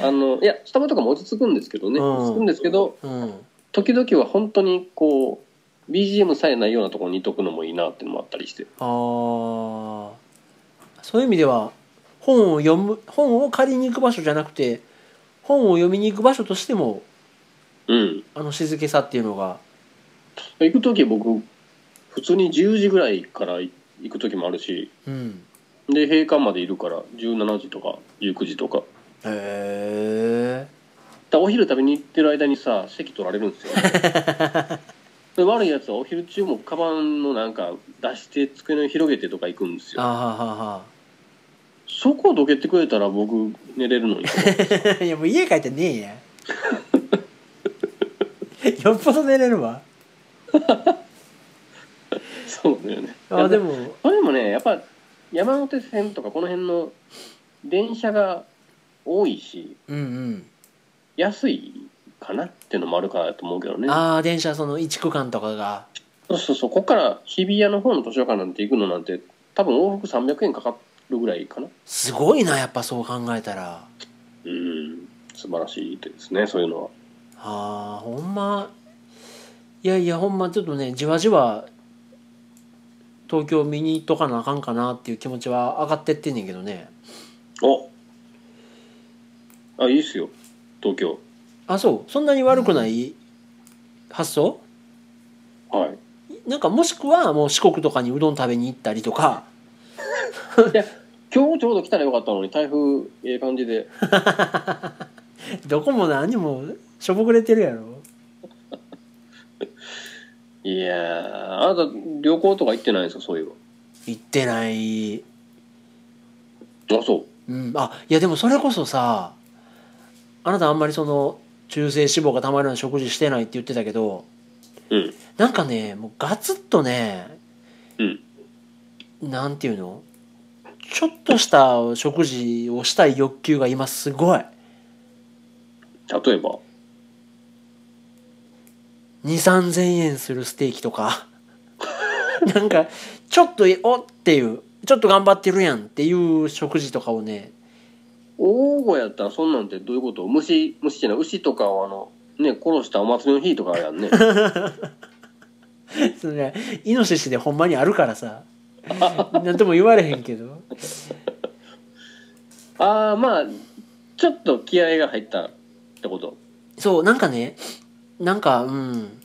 [SPEAKER 2] あ
[SPEAKER 1] あのいやスタバとかも落ち着くんですけどね、
[SPEAKER 2] うん
[SPEAKER 1] 落ち着くんですけど
[SPEAKER 2] うん
[SPEAKER 1] 時々は本当にこう BGM さえないようなところにいとくのもいいなっていうのもあったりして
[SPEAKER 2] あーそういう意味では本を読む本を借りに行く場所じゃなくて本を読みに行く場所としても
[SPEAKER 1] うん
[SPEAKER 2] あの静けさっていうのが
[SPEAKER 1] 行く時僕普通に10時ぐらいから行く時もあるし
[SPEAKER 2] うん
[SPEAKER 1] で閉館までいるから17時とか19時とかだか
[SPEAKER 2] へえ
[SPEAKER 1] らお昼食べに行ってる間にさ席取られるん ですよで悪いやつはお昼中もカバンのなんか出して机の広げてとか行くんです
[SPEAKER 2] あ
[SPEAKER 1] よ
[SPEAKER 2] はは
[SPEAKER 1] そこをどけてくれたら僕寝れる のに
[SPEAKER 2] はいやもう家帰ってねえ やよっぽど寝れるわ
[SPEAKER 1] そうだよね
[SPEAKER 2] あーでも
[SPEAKER 1] それもねやっぱ山手線とかこの辺の電車が多いし
[SPEAKER 2] うん
[SPEAKER 1] 安いかなっていうのもあるからだと思うけど
[SPEAKER 2] う
[SPEAKER 1] ね
[SPEAKER 2] んああ電車その1区間とかが
[SPEAKER 1] そうそうそう、ここから日比谷の方の図書館なんて行くのなんて、多分往復300円かかるぐらいかな。
[SPEAKER 2] すごいなやっぱそう考えたら
[SPEAKER 1] うん、素晴らしいですね、そういうのは。
[SPEAKER 2] あーほんまいやいやほんまちょっとねじわじわ東京見に行っとかなあかんかなっていう気持ちは上がってってんねんけどね
[SPEAKER 1] おあ、いいっすよ、東京。
[SPEAKER 2] あそうそんなに悪くない発想
[SPEAKER 1] はい。
[SPEAKER 2] なんかもしくはもう四国とかにうどん食べに行ったりとか
[SPEAKER 1] いや、今日ちょうど来たらよかったのに、台風、ええ感じで。
[SPEAKER 2] どこも何もしょぼくれてるやろ
[SPEAKER 1] いやー、あなた、旅行とか行ってないんですか、そういえ
[SPEAKER 2] 行ってない
[SPEAKER 1] ば。あ、そう。
[SPEAKER 2] うんあいやでもそれこそさあなたあんまりその中性脂肪がたまるような食事してないって言ってたけど
[SPEAKER 1] うん。
[SPEAKER 2] なんかねもうガツッとね
[SPEAKER 1] うん。
[SPEAKER 2] なんていうのちょっとした食事をしたい欲求が今すごい
[SPEAKER 1] 例えば。
[SPEAKER 2] 2 3千円するステーキとか なんかちょっとおっていうちょっと頑張ってるやんっていう食事とかをね
[SPEAKER 1] 大声やったらそんなんてどういうこと虫虫じゃない牛とかをあのね殺したお祭りの日とかやんね
[SPEAKER 2] それイノシシでほんまにあるか らさなんとも言われへんけど
[SPEAKER 1] ああまあちょっと気合が入ったってこと
[SPEAKER 2] そうなんかねなんかうん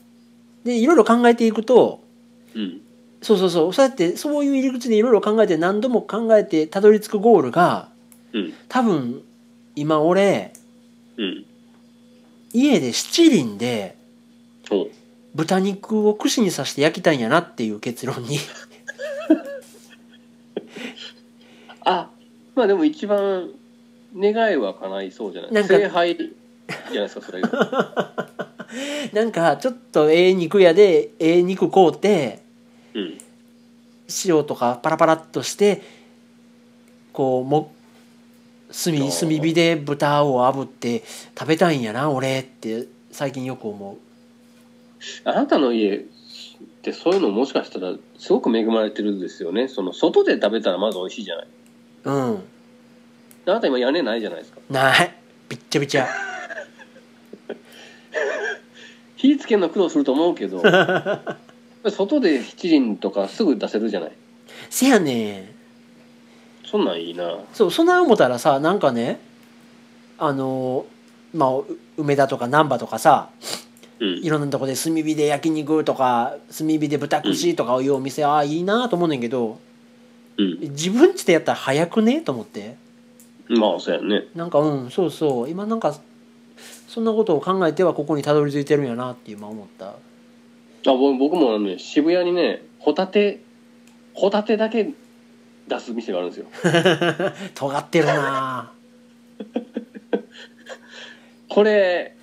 [SPEAKER 2] でいろいろ考えていくと
[SPEAKER 1] うん
[SPEAKER 2] そうそうそうそうやってそういう入り口でいろいろ考えて何度も考えてたどり着くゴールが
[SPEAKER 1] うん
[SPEAKER 2] 多分今俺
[SPEAKER 1] うん
[SPEAKER 2] 家で七輪で
[SPEAKER 1] お
[SPEAKER 2] 豚肉を串に刺して焼きたいんやなっていう結論に
[SPEAKER 1] あまあでも一番願いは叶いそうじゃない
[SPEAKER 2] なんか
[SPEAKER 1] 聖杯じゃないですかそれ が
[SPEAKER 2] なんかちょっとええ肉やでええ肉買うて
[SPEAKER 1] うん
[SPEAKER 2] 塩とかパラパラっとしてこうも炭
[SPEAKER 1] あ
[SPEAKER 2] 炭
[SPEAKER 1] ー
[SPEAKER 2] 火で豚を炙って食べたいんやな俺って最近よく思う
[SPEAKER 1] あなたの家ってそういうのもしかしたらすごく恵まれてるんですよねその外で食べたらまず美味しいじゃない
[SPEAKER 2] うん
[SPEAKER 1] あなた今屋根ないじゃないですか
[SPEAKER 2] ないびっちゃびちゃ
[SPEAKER 1] 火つけるの苦労すると思う けど外で七輪とかすぐ出せるじゃない
[SPEAKER 2] せやねん
[SPEAKER 1] そんなんいいな
[SPEAKER 2] そうそんな思ったらさなんかねあのまあう梅田とか難波とかさ
[SPEAKER 1] うん
[SPEAKER 2] いろんなとこで炭火で焼肉とか炭火で豚串とかいうお店、ああいいなと思うねんけど
[SPEAKER 1] うん
[SPEAKER 2] 自分ちでやったら早くねと思って
[SPEAKER 1] まあそうやね
[SPEAKER 2] なんかうんそうそう今なんかそんなことを考えてはここにたどり着いてるんやなって今思った
[SPEAKER 1] あぼ僕もあのね渋谷にねホタテホタテだけ出す店があるんですよ
[SPEAKER 2] 尖ってるな ぁ
[SPEAKER 1] これ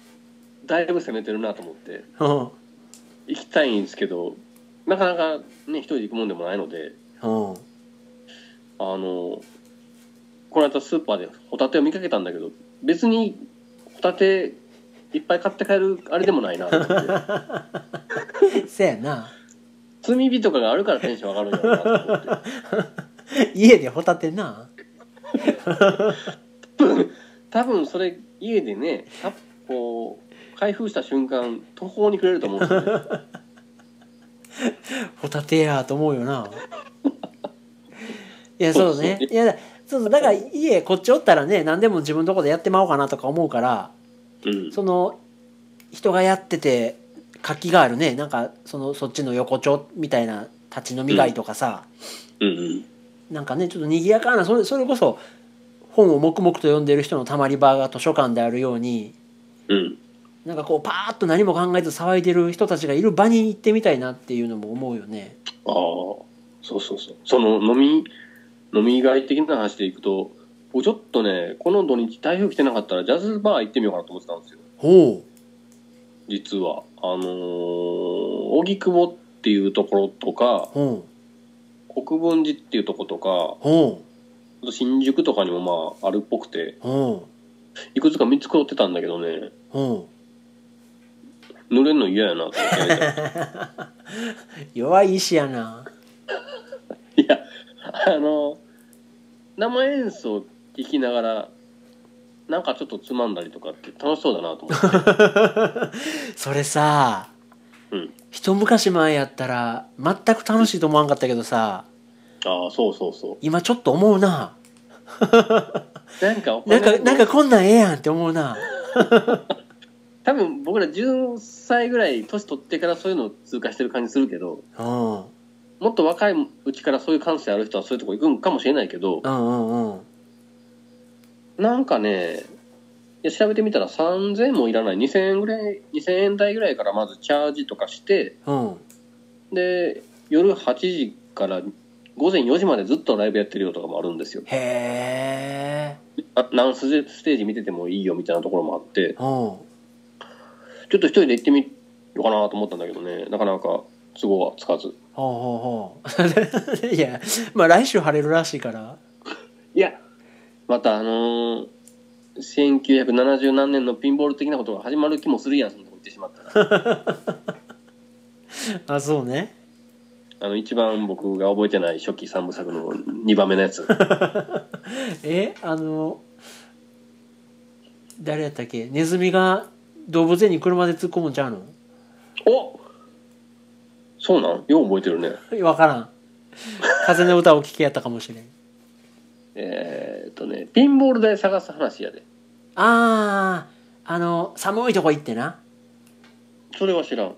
[SPEAKER 1] だいぶ攻めてるなと思って
[SPEAKER 2] うん
[SPEAKER 1] 行きたいんですけどなかなかね一人で行くもんでもないので
[SPEAKER 2] うん
[SPEAKER 1] あのこの間スーパーでホタテを見かけたんだけど別にホタテいっぱい買って帰るあれでもないなと思って
[SPEAKER 2] せやな
[SPEAKER 1] 炭火とかがあるからテンション上がるんやろうなと思って
[SPEAKER 2] 家でホタテな
[SPEAKER 1] 多分それ家でねたこう開封した瞬間途方に暮れると思うんですよね
[SPEAKER 2] ホタテやと思うよないやそうね
[SPEAKER 1] そう
[SPEAKER 2] いやだそうそうだから家こっちおったらね何でも自分のとこでやってまおうかなとか思うから
[SPEAKER 1] うん
[SPEAKER 2] その人がやってて活気があるねなんかそのそっちの横丁みたいな立ち飲み街とかさ、
[SPEAKER 1] うんうん
[SPEAKER 2] なんかねちょっと賑やかなそれそれこそ本を黙々と読んでる人のたまり場が図書館であるように
[SPEAKER 1] うん
[SPEAKER 2] なんかこうパーッと何も考えず騒いでる人たちがいる場に行ってみたいなっていうのも思うよね。
[SPEAKER 1] ああそうそうそうその飲み飲み外的な話でいくと僕ちょっとねこの土日台風来てなかったらジャズバー行ってみようかなと思ってたんですよ
[SPEAKER 2] ほ
[SPEAKER 1] 実はあのー荻窪っていうところとか
[SPEAKER 2] うほ
[SPEAKER 1] 国分寺っていうとことか
[SPEAKER 2] うほ
[SPEAKER 1] あと新宿とかにもまああるっぽくて
[SPEAKER 2] うほ
[SPEAKER 1] いくつか見つかってたんだけどね
[SPEAKER 2] うほ
[SPEAKER 1] 濡れんの嫌やなと思って
[SPEAKER 2] う弱い石やな。
[SPEAKER 1] いや、あの、生演奏聴きながら、なんかちょっとつまんだりとかって楽しそうだなと思 って。
[SPEAKER 2] それさ、
[SPEAKER 1] うん
[SPEAKER 2] 一昔前やったら全く楽しいと思わんかったけどさ
[SPEAKER 1] ああ、そうそうそ
[SPEAKER 2] 今ちょっと思うな
[SPEAKER 1] う。なんかお金
[SPEAKER 2] なんかなんかこんなんええやんって思うな
[SPEAKER 1] 多分僕ら10歳ぐらい年取ってからそういうのを通過してる感じするけど、
[SPEAKER 2] うんうん
[SPEAKER 1] もっと若いうちからそういう感性ある人はそういうとこ行くんかもしれないけど、
[SPEAKER 2] うんうん
[SPEAKER 1] なんかね、いや調べてみたら3000もいらない2000円ぐらい2000円台ぐらいからまずチャージとかして
[SPEAKER 2] うん
[SPEAKER 1] で夜8時から午前4時までずっとライブやってるよとかもあるんですよ
[SPEAKER 2] へえ
[SPEAKER 1] あ何ステステージ見ててもいいよみたいなところもあって
[SPEAKER 2] うん
[SPEAKER 1] ちょっと一人で行ってみようかなと思ったんだけどねなかなか都合はつかず
[SPEAKER 2] ほうほうほういやまあ 来週晴れるらしいから
[SPEAKER 1] いやまたあのー1970何年のピンボール的なことが始まる気もするやんそんなこと言ってしまった ら
[SPEAKER 2] あそうね
[SPEAKER 1] あの一番僕が覚えてない初期三部作の2番目のやつ
[SPEAKER 2] えあの誰やったっけネズミが動物園に車で突っ込むんちゃうの
[SPEAKER 1] おそうなんよう覚えてるね
[SPEAKER 2] 分からん風の歌を聞きやったかもしれん
[SPEAKER 1] えーっとねピンボールで探す話やで
[SPEAKER 2] あああの寒いとこ行ってな
[SPEAKER 1] それは知ら ん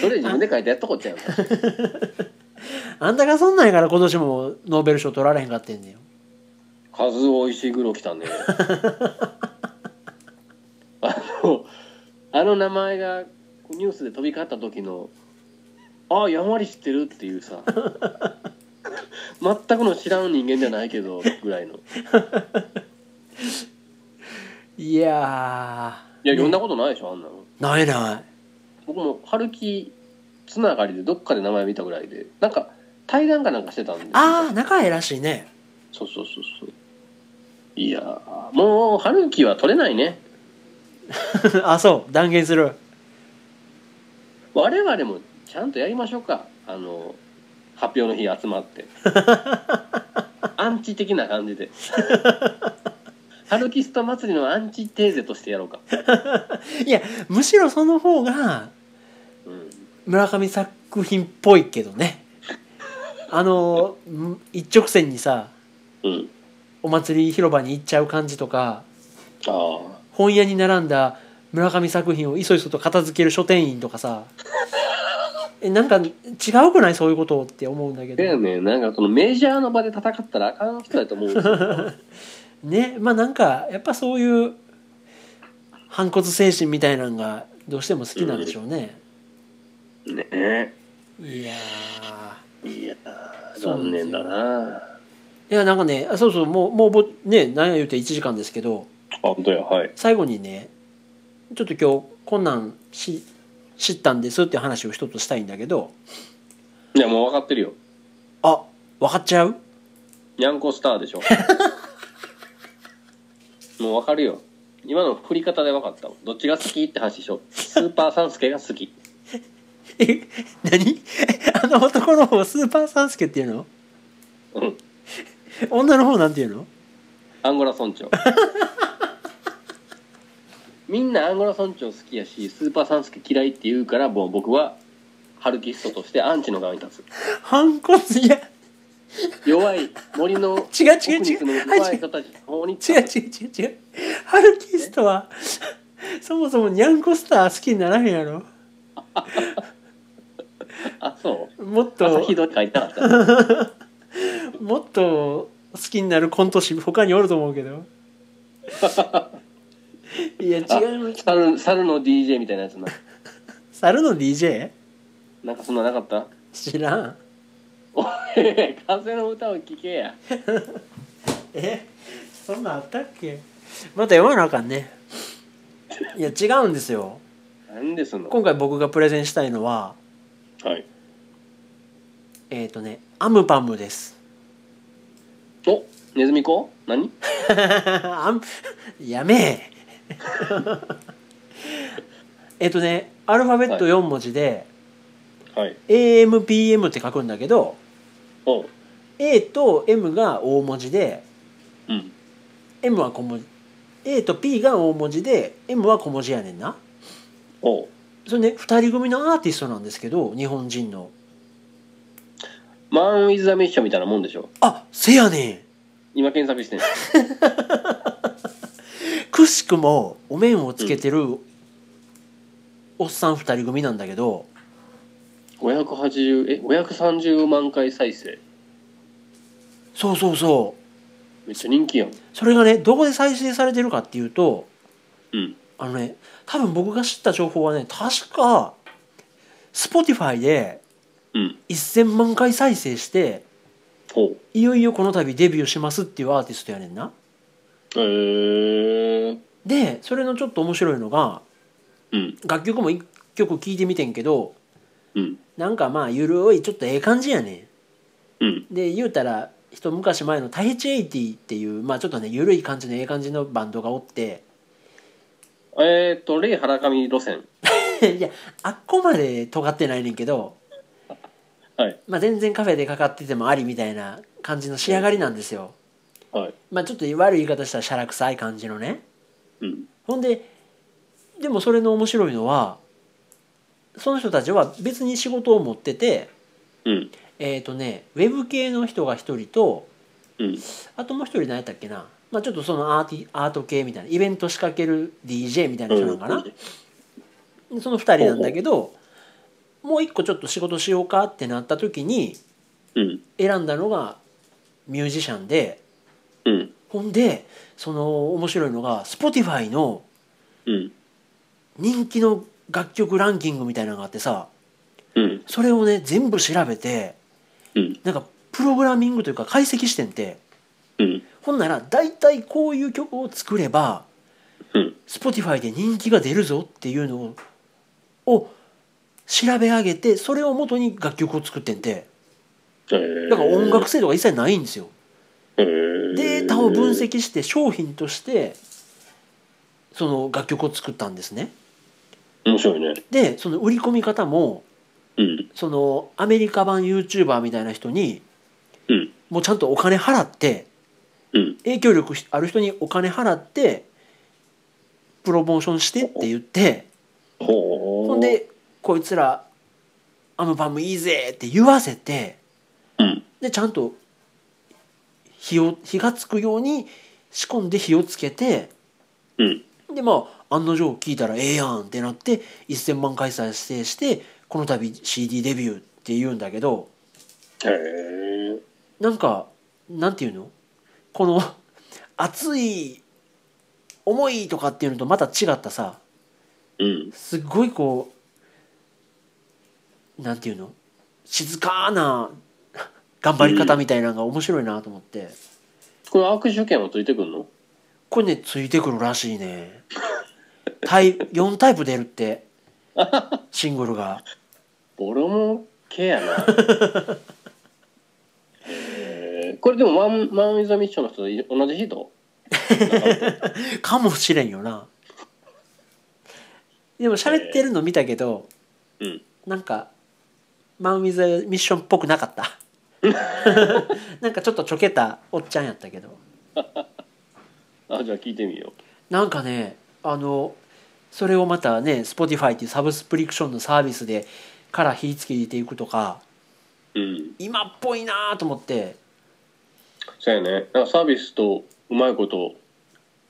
[SPEAKER 1] それ自分で書いてやっとこっちゃうから
[SPEAKER 2] あんたがそんなんやから今年もノーベル賞取られへんかってんねんよ
[SPEAKER 1] 数多石黒来たね あのあの名前がニュースで飛び交った時の「ああやんわり知ってる」っていう さ全くの知らん人間じゃないけどぐらいのい
[SPEAKER 2] いや
[SPEAKER 1] やいろんなことないでしょあんなの
[SPEAKER 2] ーないな
[SPEAKER 1] 僕も春樹つながりでどっかで名前見たぐらいでなんか対談かなんかしてたんで
[SPEAKER 2] いああ仲ええらしいね
[SPEAKER 1] そうそうそうそういやーもう春樹は取れないね
[SPEAKER 2] あそう断言する
[SPEAKER 1] 我々もちゃんとやりましょうかあの発表の 日集まってアンチ的な感じでハルキスト祭りのアンチテーゼとしてやろうか。
[SPEAKER 2] いやむしろその方が
[SPEAKER 1] うん。
[SPEAKER 2] 村上作品っぽいけどねあのん一直線にさ
[SPEAKER 1] うん。
[SPEAKER 2] お祭り広場に行っちゃう感じとか
[SPEAKER 1] ああ。
[SPEAKER 2] 本屋に並んだ村上作品をいそいそと片付ける書店員とかさえなんか違うくないそういうことって思うんだけ
[SPEAKER 1] だよ
[SPEAKER 2] ど
[SPEAKER 1] ね。なんかそのメジャーの場で戦ったらあかん人だと思うん ですよ。
[SPEAKER 2] ねまあなんかやっぱそういう反骨精神みたいなのがどうしても好きなんでしょうね、
[SPEAKER 1] ねえ。
[SPEAKER 2] いや
[SPEAKER 1] いやー、残念だな。
[SPEAKER 2] ーいやなんかねあそうそうもうもうぼね何や言うて1時間ですけど
[SPEAKER 1] あ、本当や、はい。
[SPEAKER 2] 最後にねちょっと今日こんなんし知ったんですっていう話を一つしたいんだけど
[SPEAKER 1] いや、もう分かってるよ。
[SPEAKER 2] あ分かっちゃう
[SPEAKER 1] にゃんこスターでしょ。もう分かるよ。今の振り方で分かったわどっちが好きって話でしょ。スーパーサンスケが好き。
[SPEAKER 2] え何 あの男の方スーパーサンスケっていうの
[SPEAKER 1] うん。
[SPEAKER 2] 女の方なんていうの
[SPEAKER 1] アンゴラ村 長。みんなアンゴラ村長好きやし、スーパーサンスケ嫌いって言うから、もう僕は、ハルキストとしてアンチの側に立つ。
[SPEAKER 2] 反骨いや
[SPEAKER 1] 弱い森の
[SPEAKER 2] 違う違う違
[SPEAKER 1] 奥に
[SPEAKER 2] う
[SPEAKER 1] 住む弱い人たちの方に立
[SPEAKER 2] 違う違う違う違うハルキストはそもそもニャンコスター好きにならへんやろ
[SPEAKER 1] つあ、そう。
[SPEAKER 2] もっ
[SPEAKER 1] 朝
[SPEAKER 2] と
[SPEAKER 1] ひどい書いてなかった。
[SPEAKER 2] もっと好きになるコント師他におると思うけど いや違う
[SPEAKER 1] 猿猿の DJ みたいなやつな。
[SPEAKER 2] 猿の DJ?
[SPEAKER 1] なんかそんななかった
[SPEAKER 2] 知らん
[SPEAKER 1] おい、 風の歌を聴けや。
[SPEAKER 2] えそんなんあったっけまた読まなあかんねいや違うんですよ
[SPEAKER 1] なんですの
[SPEAKER 2] 今回僕がプレゼンしたいのは
[SPEAKER 1] はい。
[SPEAKER 2] えっ、とねアムパムです
[SPEAKER 1] おネズミ子何
[SPEAKER 2] アムやめえ えっとねアルファベット4文字で
[SPEAKER 1] はい。
[SPEAKER 2] AMPM って書くんだけど
[SPEAKER 1] お
[SPEAKER 2] A と M が大文字で
[SPEAKER 1] うん。
[SPEAKER 2] M は小文字 A と P が大文字で M は小文字やねんな
[SPEAKER 1] お
[SPEAKER 2] それね2人組のアーティストなんですけど日本人の
[SPEAKER 1] マン・ウィズ・ザ・ミッションみたいなもんでしょ
[SPEAKER 2] あせやね
[SPEAKER 1] 今検索してんの
[SPEAKER 2] んくしくもお面をつけてるおっさん2人組なんだけど
[SPEAKER 1] 580え530万回再生
[SPEAKER 2] そうそうそう
[SPEAKER 1] めっちゃ人気やん
[SPEAKER 2] それがねどこで再生されてるかっていうと
[SPEAKER 1] うん
[SPEAKER 2] あのね多分僕が知った情報はね確か Spotify で
[SPEAKER 1] うん
[SPEAKER 2] 1000万回再生して
[SPEAKER 1] ほう
[SPEAKER 2] いよいよこの度デビューしますっていうアーティストやねんな
[SPEAKER 1] へえー、
[SPEAKER 2] でそれのちょっと面白いのが
[SPEAKER 1] うん
[SPEAKER 2] 楽曲も1曲聴いてみてんけど
[SPEAKER 1] うん
[SPEAKER 2] なんかまあゆるいちょっとええ感じやねん
[SPEAKER 1] うん
[SPEAKER 2] で言うたら一昔前のタヘチエイティっていうまあちょっとね緩い感じのええ感じのバンドがおって
[SPEAKER 1] えー、っとレイ・ハラカミ路線
[SPEAKER 2] いやあっこまで尖ってないねんけど、
[SPEAKER 1] はい
[SPEAKER 2] まあ、全然カフェでかかっててもありみたいな感じの仕上がりなんですよ。
[SPEAKER 1] はい
[SPEAKER 2] まあちょっと悪い言い方したらしゃらくさい感じのね。
[SPEAKER 1] うん
[SPEAKER 2] ほんででもそれの面白いのはその人たちは別に仕事を持ってて
[SPEAKER 1] うん
[SPEAKER 2] えっ、とねウェブ系の人が一人と
[SPEAKER 1] うん
[SPEAKER 2] あともう一人何やったっけな、まあ、ちょっとそのアーティアート系みたいなイベント仕掛ける DJ みたいな人なんかな、でその2人なんだけどもう一個ちょっと仕事しようかってなった時に
[SPEAKER 1] うん
[SPEAKER 2] 選んだのがミュージシャンで
[SPEAKER 1] うん
[SPEAKER 2] ほんでその面白いのが Spotify の
[SPEAKER 1] うん
[SPEAKER 2] 人気の楽曲ランキングみたいなのがあってさ
[SPEAKER 1] うん
[SPEAKER 2] それをね全部調べて
[SPEAKER 1] うん
[SPEAKER 2] なんかプログラミングというか解析してんて
[SPEAKER 1] うん
[SPEAKER 2] ほんなら大体こういう曲を作れば
[SPEAKER 1] うん
[SPEAKER 2] Spotify で人気が出るぞっていうのをを調べ上げてそれを元に楽曲を作ってんて
[SPEAKER 1] えー、
[SPEAKER 2] だから音楽性とか一切ないんですよ
[SPEAKER 1] えー、
[SPEAKER 2] データを分析して商品としてその楽曲を作ったんですね
[SPEAKER 1] 面白いね
[SPEAKER 2] でその売り込み方も
[SPEAKER 1] うん
[SPEAKER 2] そのアメリカ版 YouTuber みたいな人に
[SPEAKER 1] うん
[SPEAKER 2] もうちゃんとお金払って
[SPEAKER 1] うん
[SPEAKER 2] 影響力ある人にお金払ってプロモーションしてって言って
[SPEAKER 1] ほう
[SPEAKER 2] ほんでこいつら「アムパンもいいぜ!」って言わせて
[SPEAKER 1] うん
[SPEAKER 2] でちゃんと火を火がつくように仕込んで火をつけて
[SPEAKER 1] うん
[SPEAKER 2] でまあ案の定聞いたらええやんってなって1,000万回再生してこの度 CD デビューって言うんだけど
[SPEAKER 1] へえ
[SPEAKER 2] なんかなんていうのこの熱い思いとかっていうのとまた違ったさ
[SPEAKER 1] うん
[SPEAKER 2] すっごいこうなんていうの静かな頑張り方みたいなのが面白いなと思って、
[SPEAKER 1] これ握手券はついてくんの
[SPEAKER 2] これねついてくるらしいねタイ4タイプ出るってシングルが
[SPEAKER 1] ボロも系や なへーこれでもワンマン・ウィザ・ミッションの人とい同じ人
[SPEAKER 2] かもしれんよなでも喋ってるの見たけど、
[SPEAKER 1] うん
[SPEAKER 2] なんかマン・ウィザ・ミッションっぽくなかった なんかちょっとちょけたおっちゃんやったけど
[SPEAKER 1] あじゃあ聞いてみよ
[SPEAKER 2] なんかねあのそれをまたね Spotify っていうサブスプリクションのサービスでから火つけていくとか
[SPEAKER 1] ううん
[SPEAKER 2] 今っぽいなと思って
[SPEAKER 1] そうやねなんかサービスとうまいこと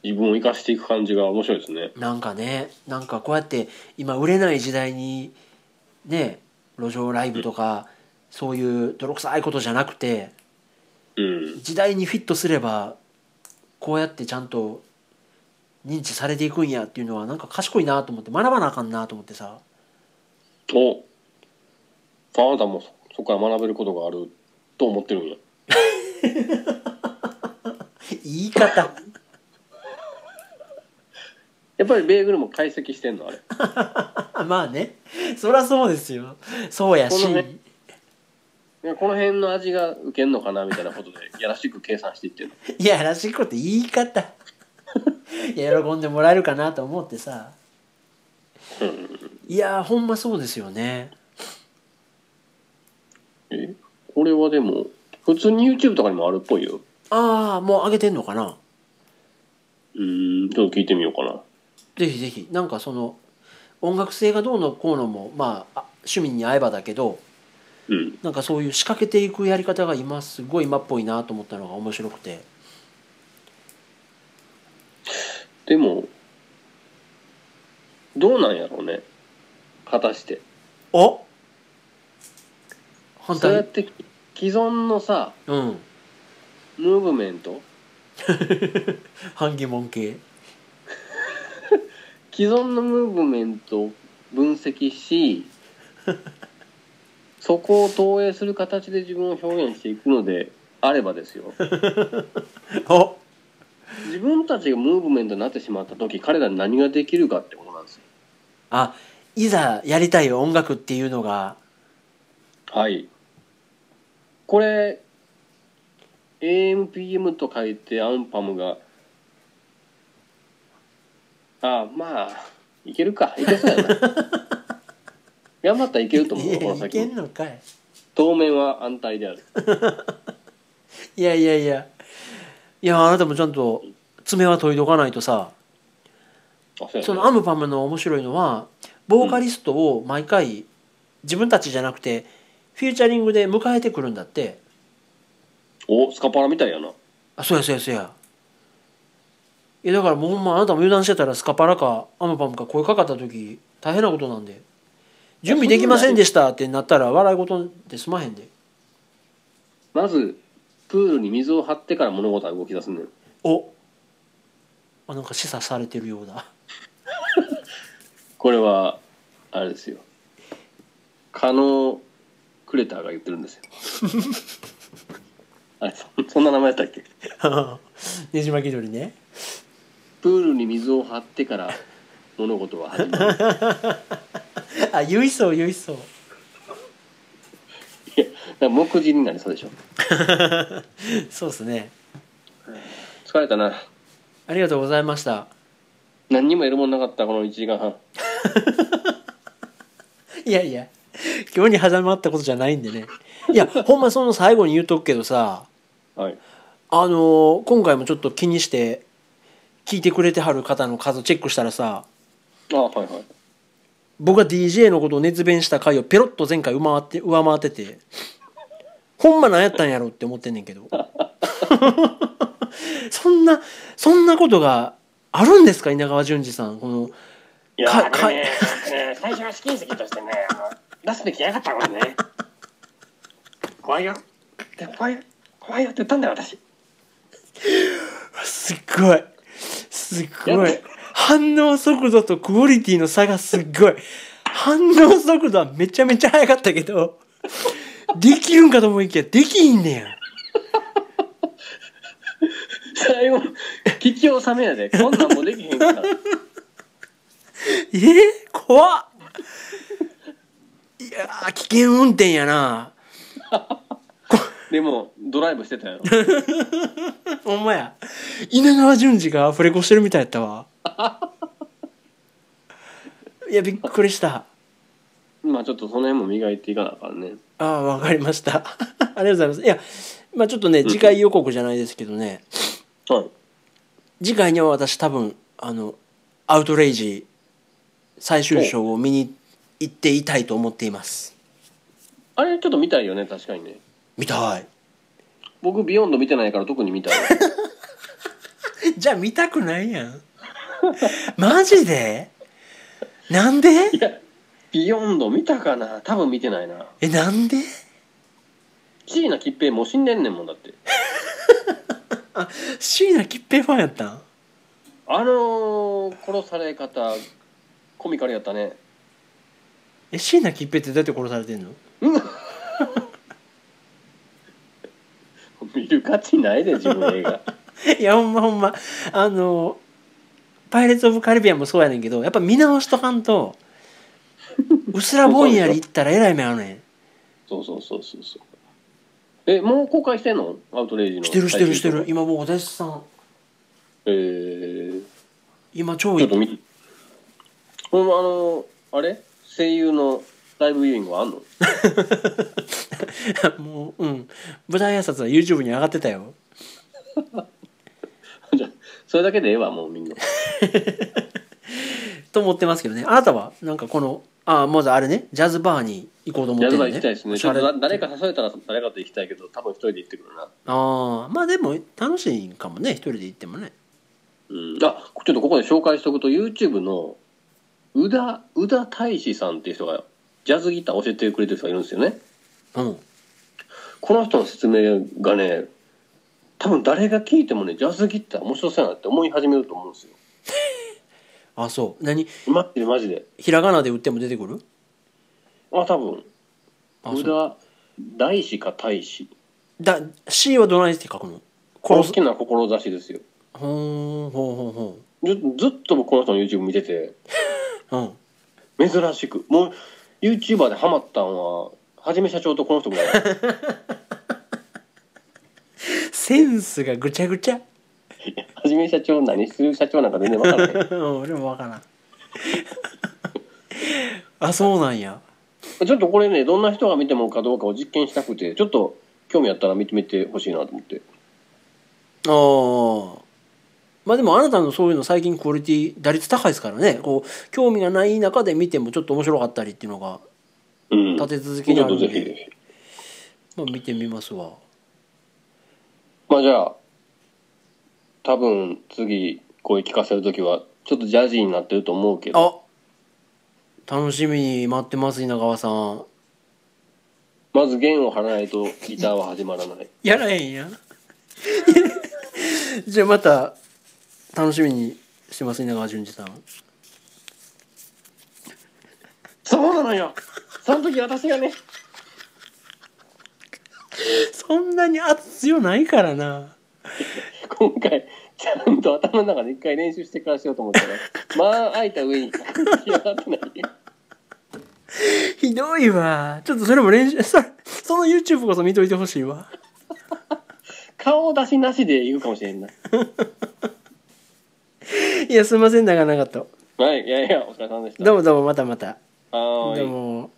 [SPEAKER 1] 自分を生かしていく感じが面白いですね
[SPEAKER 2] なんかねなんかこうやって今売れない時代にね路上ライブとかそういう泥臭いことじゃなくて
[SPEAKER 1] うん
[SPEAKER 2] 時代にフィットすればこうやってちゃんと認知されていくんやっていうのはなんか賢いなと思って学ばなあかんなと思ってさ
[SPEAKER 1] おあなたもそそこから学べることがあると思ってるんや
[SPEAKER 2] 言い方
[SPEAKER 1] やっぱりベーグルも解析してんのあれ
[SPEAKER 2] まあねそりゃそうですよそうやし
[SPEAKER 1] このねいやこの辺の味が受けんのかなみたいなことでやらしく計算していってる
[SPEAKER 2] いやらしいこと言い方 いや喜んでもらえるかなと思ってさ
[SPEAKER 1] のうん
[SPEAKER 2] いやほんまそうですよね
[SPEAKER 1] えこれはでも普通に YouTube とかにもあるっぽいよ
[SPEAKER 2] ああもう上げてんのかな
[SPEAKER 1] うーんちょっと聞いてみようかな
[SPEAKER 2] ぜひぜひなんかその音楽性がどうのこうのもまああ趣味に合えばだけど
[SPEAKER 1] うん
[SPEAKER 2] なんかそういう仕掛けていくやり方が今すごい今っぽいなと思ったのが面白くて
[SPEAKER 1] でもどうなんやろうね果たして
[SPEAKER 2] お反
[SPEAKER 1] そうやっ
[SPEAKER 2] 対
[SPEAKER 1] て既存のさ
[SPEAKER 2] うん
[SPEAKER 1] ムーブメント
[SPEAKER 2] 半疑問系
[SPEAKER 1] 既存のムーブメントを分析 しそこを投影する形で自分を表現していくのであればですよ
[SPEAKER 2] お
[SPEAKER 1] 自分たちがムーブメントになってしまった時彼らに何ができるかってことなんですよ
[SPEAKER 2] あいざやりたい音楽っていうのが
[SPEAKER 1] はいこれ AMPM と書いてアンパムがあまあいけるかいけそうや な頑張ったらいけると思う
[SPEAKER 2] い
[SPEAKER 1] よこ
[SPEAKER 2] や
[SPEAKER 1] の
[SPEAKER 2] い
[SPEAKER 1] 先
[SPEAKER 2] けんのかい
[SPEAKER 1] 当面は安泰である
[SPEAKER 2] いやいやいやいやあなたもちゃんと爪は研いどかないと
[SPEAKER 1] あ
[SPEAKER 2] さ
[SPEAKER 1] そうやね
[SPEAKER 2] そのアムパムの面白いのはボーカリストを毎回自分たちじゃなくてフューチャリングで迎えてくるんだって
[SPEAKER 1] おスカパラみたいやな
[SPEAKER 2] あそうやそうやそうやいやだからもうほんまあなたも油断してたらスカパラかアムパムか声かかった時大変なことなんで準備できませんでしたってなったら笑い事で済まへんで
[SPEAKER 1] まずプールに水を張ってから物事は動き出すねん
[SPEAKER 2] おあなんか示唆されてるようだ
[SPEAKER 1] これはあれですよカノクレターが言ってる んですよあれそそんな名前だったっけ
[SPEAKER 2] ねじ巻き鳥ね
[SPEAKER 1] プールに水を張ってから物事 は始まる
[SPEAKER 2] あ言いそう言いそう
[SPEAKER 1] いやなんか目次になりそうでしょ
[SPEAKER 2] そうですね
[SPEAKER 1] 疲れたな
[SPEAKER 2] ありがとうございました
[SPEAKER 1] 何にも得るもんなかったこの1時間半
[SPEAKER 2] いやいや今日に始まったことじゃないんでねいやほんまその最後に言うとくけどさ
[SPEAKER 1] はい
[SPEAKER 2] あのー今回もちょっと気にして聞いてくれてはる方の数チェックしたらさ
[SPEAKER 1] あはいはい
[SPEAKER 2] 僕が DJ のことを熱弁した回をペロッと前回上回って上回っててほんま何やったんやろって思ってんねんけど そんなそんなことがあるんですか稲川淳二さんこの
[SPEAKER 3] いや
[SPEAKER 2] か
[SPEAKER 3] ーあれねね最初は試金石としてねあの出すべきじゃなかったもんね怖いよで怖いよ怖いよって言ったんだよ私
[SPEAKER 2] すっごいすっごい反応速度とクオリティの差がすっごい反応速度はめちゃめちゃ速かったけどできるんかと思いきやできひんねや
[SPEAKER 1] 最後聞き納めやでこんなんもできへんから
[SPEAKER 2] えー、怖っいやー危険運転やな
[SPEAKER 1] でもドライブしてたよ
[SPEAKER 2] ほんまや稲川淳二がアフレコしてるみたいやったわいやびっくりした
[SPEAKER 1] まあちょっとその辺も磨いていかなあかんね
[SPEAKER 2] ああわかりましたありがとうございますいやまあちょっとね次回予告じゃないですけどね、
[SPEAKER 1] はい
[SPEAKER 2] 次回には私多分あのアウトレイジ最終章を見に行っていたいと思っています
[SPEAKER 1] あれちょっと見たいよね確かにね
[SPEAKER 2] 見たい
[SPEAKER 1] 僕ビヨンド見てないから特に見たい
[SPEAKER 2] じゃあ見たくないやんマジでなんで
[SPEAKER 1] いやビヨンド見たかな多分見てないな
[SPEAKER 2] えなんで
[SPEAKER 1] 椎名桔平もう死んでんねんもんだって
[SPEAKER 2] 椎名桔平ファンやったん
[SPEAKER 1] あのー殺され方コミカルやったね
[SPEAKER 2] え椎名桔平ってどうやって殺されてんの
[SPEAKER 1] 見る価値ないで自分映 画
[SPEAKER 2] いやほんまほんまあの「パイレーツ・オブ・カリビアン」もそうやねんけどやっぱ見直しとかんとうすらぼんやり行ったらえらい目あるねん
[SPEAKER 1] そうそうそうそうそうえもう公開してんのアウトレイジの
[SPEAKER 2] してるしてるしてる
[SPEAKER 1] 最終章
[SPEAKER 2] 今もうお弟子さん
[SPEAKER 1] えー、
[SPEAKER 2] 今超
[SPEAKER 1] ち
[SPEAKER 2] い
[SPEAKER 1] ょっと
[SPEAKER 2] い
[SPEAKER 1] 見このあのーあれ声優のライブビューイングはあんの
[SPEAKER 2] もううん舞台挨拶は YouTube に上がってたよ
[SPEAKER 1] じゃあそれだけでええわもうみんな
[SPEAKER 2] と思ってますけどねあなたはなんかこのあまずあれねジャズバーに行こうと思
[SPEAKER 1] や
[SPEAKER 2] っ
[SPEAKER 1] る
[SPEAKER 2] て
[SPEAKER 1] ば
[SPEAKER 2] る
[SPEAKER 1] 行きたいですね
[SPEAKER 2] おし
[SPEAKER 1] ちょ
[SPEAKER 2] ゃ
[SPEAKER 1] っ
[SPEAKER 2] れ
[SPEAKER 1] とだ誰か誘えたら誰かと行きたいけど多分一人で行ってくるな
[SPEAKER 2] ああまあでも楽しいんかもね一人で行ってもね
[SPEAKER 1] うんあちょっとここで紹介しておくと YouTube の宇田宇田大志さんっていう人がジャズギター教えてくれてる人がいるんですよね
[SPEAKER 2] うん
[SPEAKER 1] この人の説明がね多分誰が聞いてもねジャズギター面白そうやなって思い始めると思うんですよ
[SPEAKER 2] あそう何
[SPEAKER 1] マジでマジで
[SPEAKER 2] ひらがなで打っても出てくる
[SPEAKER 1] あ多分
[SPEAKER 2] あ
[SPEAKER 1] 宇
[SPEAKER 2] そう
[SPEAKER 1] 田大志か大志
[SPEAKER 2] だ C はどないして書くの
[SPEAKER 1] 大
[SPEAKER 2] 殺す
[SPEAKER 1] きな志ですよ
[SPEAKER 2] ほーんほうほうほ
[SPEAKER 1] ずずっと僕この人の YouTube 見てて
[SPEAKER 2] ううん
[SPEAKER 1] 珍しくもう YouTuber でハマったんははじめ社長とこの人 ぐらい
[SPEAKER 2] センスがぐちゃぐちゃ
[SPEAKER 1] はじめ社長何する社長なんか全然分からない
[SPEAKER 2] うん俺もわからん あそうなんや
[SPEAKER 1] ちょっとこれねどんな人が見てもかどうかを実験したくてちょっと興味あったら見てみてほしいなと思って
[SPEAKER 2] ああまあでもあなたのそういうの最近クオリティ打率高いですからねこう興味がない中で見てもちょっと面白かったりっていうのが
[SPEAKER 1] うん
[SPEAKER 2] 立て続けに
[SPEAKER 1] ち
[SPEAKER 2] あ
[SPEAKER 1] ょっ
[SPEAKER 2] る
[SPEAKER 1] と
[SPEAKER 2] ん
[SPEAKER 1] ぜひ
[SPEAKER 2] で、
[SPEAKER 1] ぜひ
[SPEAKER 2] まあ、見てみますわ
[SPEAKER 1] まあじゃあ多分次声聞かせる時はちょっとジャジーになってると思うけど
[SPEAKER 2] あ楽しみに待ってます稲川さん
[SPEAKER 1] まず弦を張らないとギターは始まらない
[SPEAKER 2] やらへんや じゃあまた楽しみにしてます稲川淳二さん
[SPEAKER 1] そうなのよその時私がね
[SPEAKER 2] そんなに圧強ないからな
[SPEAKER 1] 今回ちゃんと頭の中で一回練習してからしようと思ったら まあ空いた上に仕上がってない
[SPEAKER 2] ひどいわちょっとそれも練習それその YouTube こそ見といてほしいわ
[SPEAKER 1] 顔出しなしで言うかもしれんない
[SPEAKER 2] いやすいません長々と
[SPEAKER 1] はいいやいやお疲れ様でした
[SPEAKER 2] どうもどうもまたまた
[SPEAKER 1] はーい
[SPEAKER 2] どうも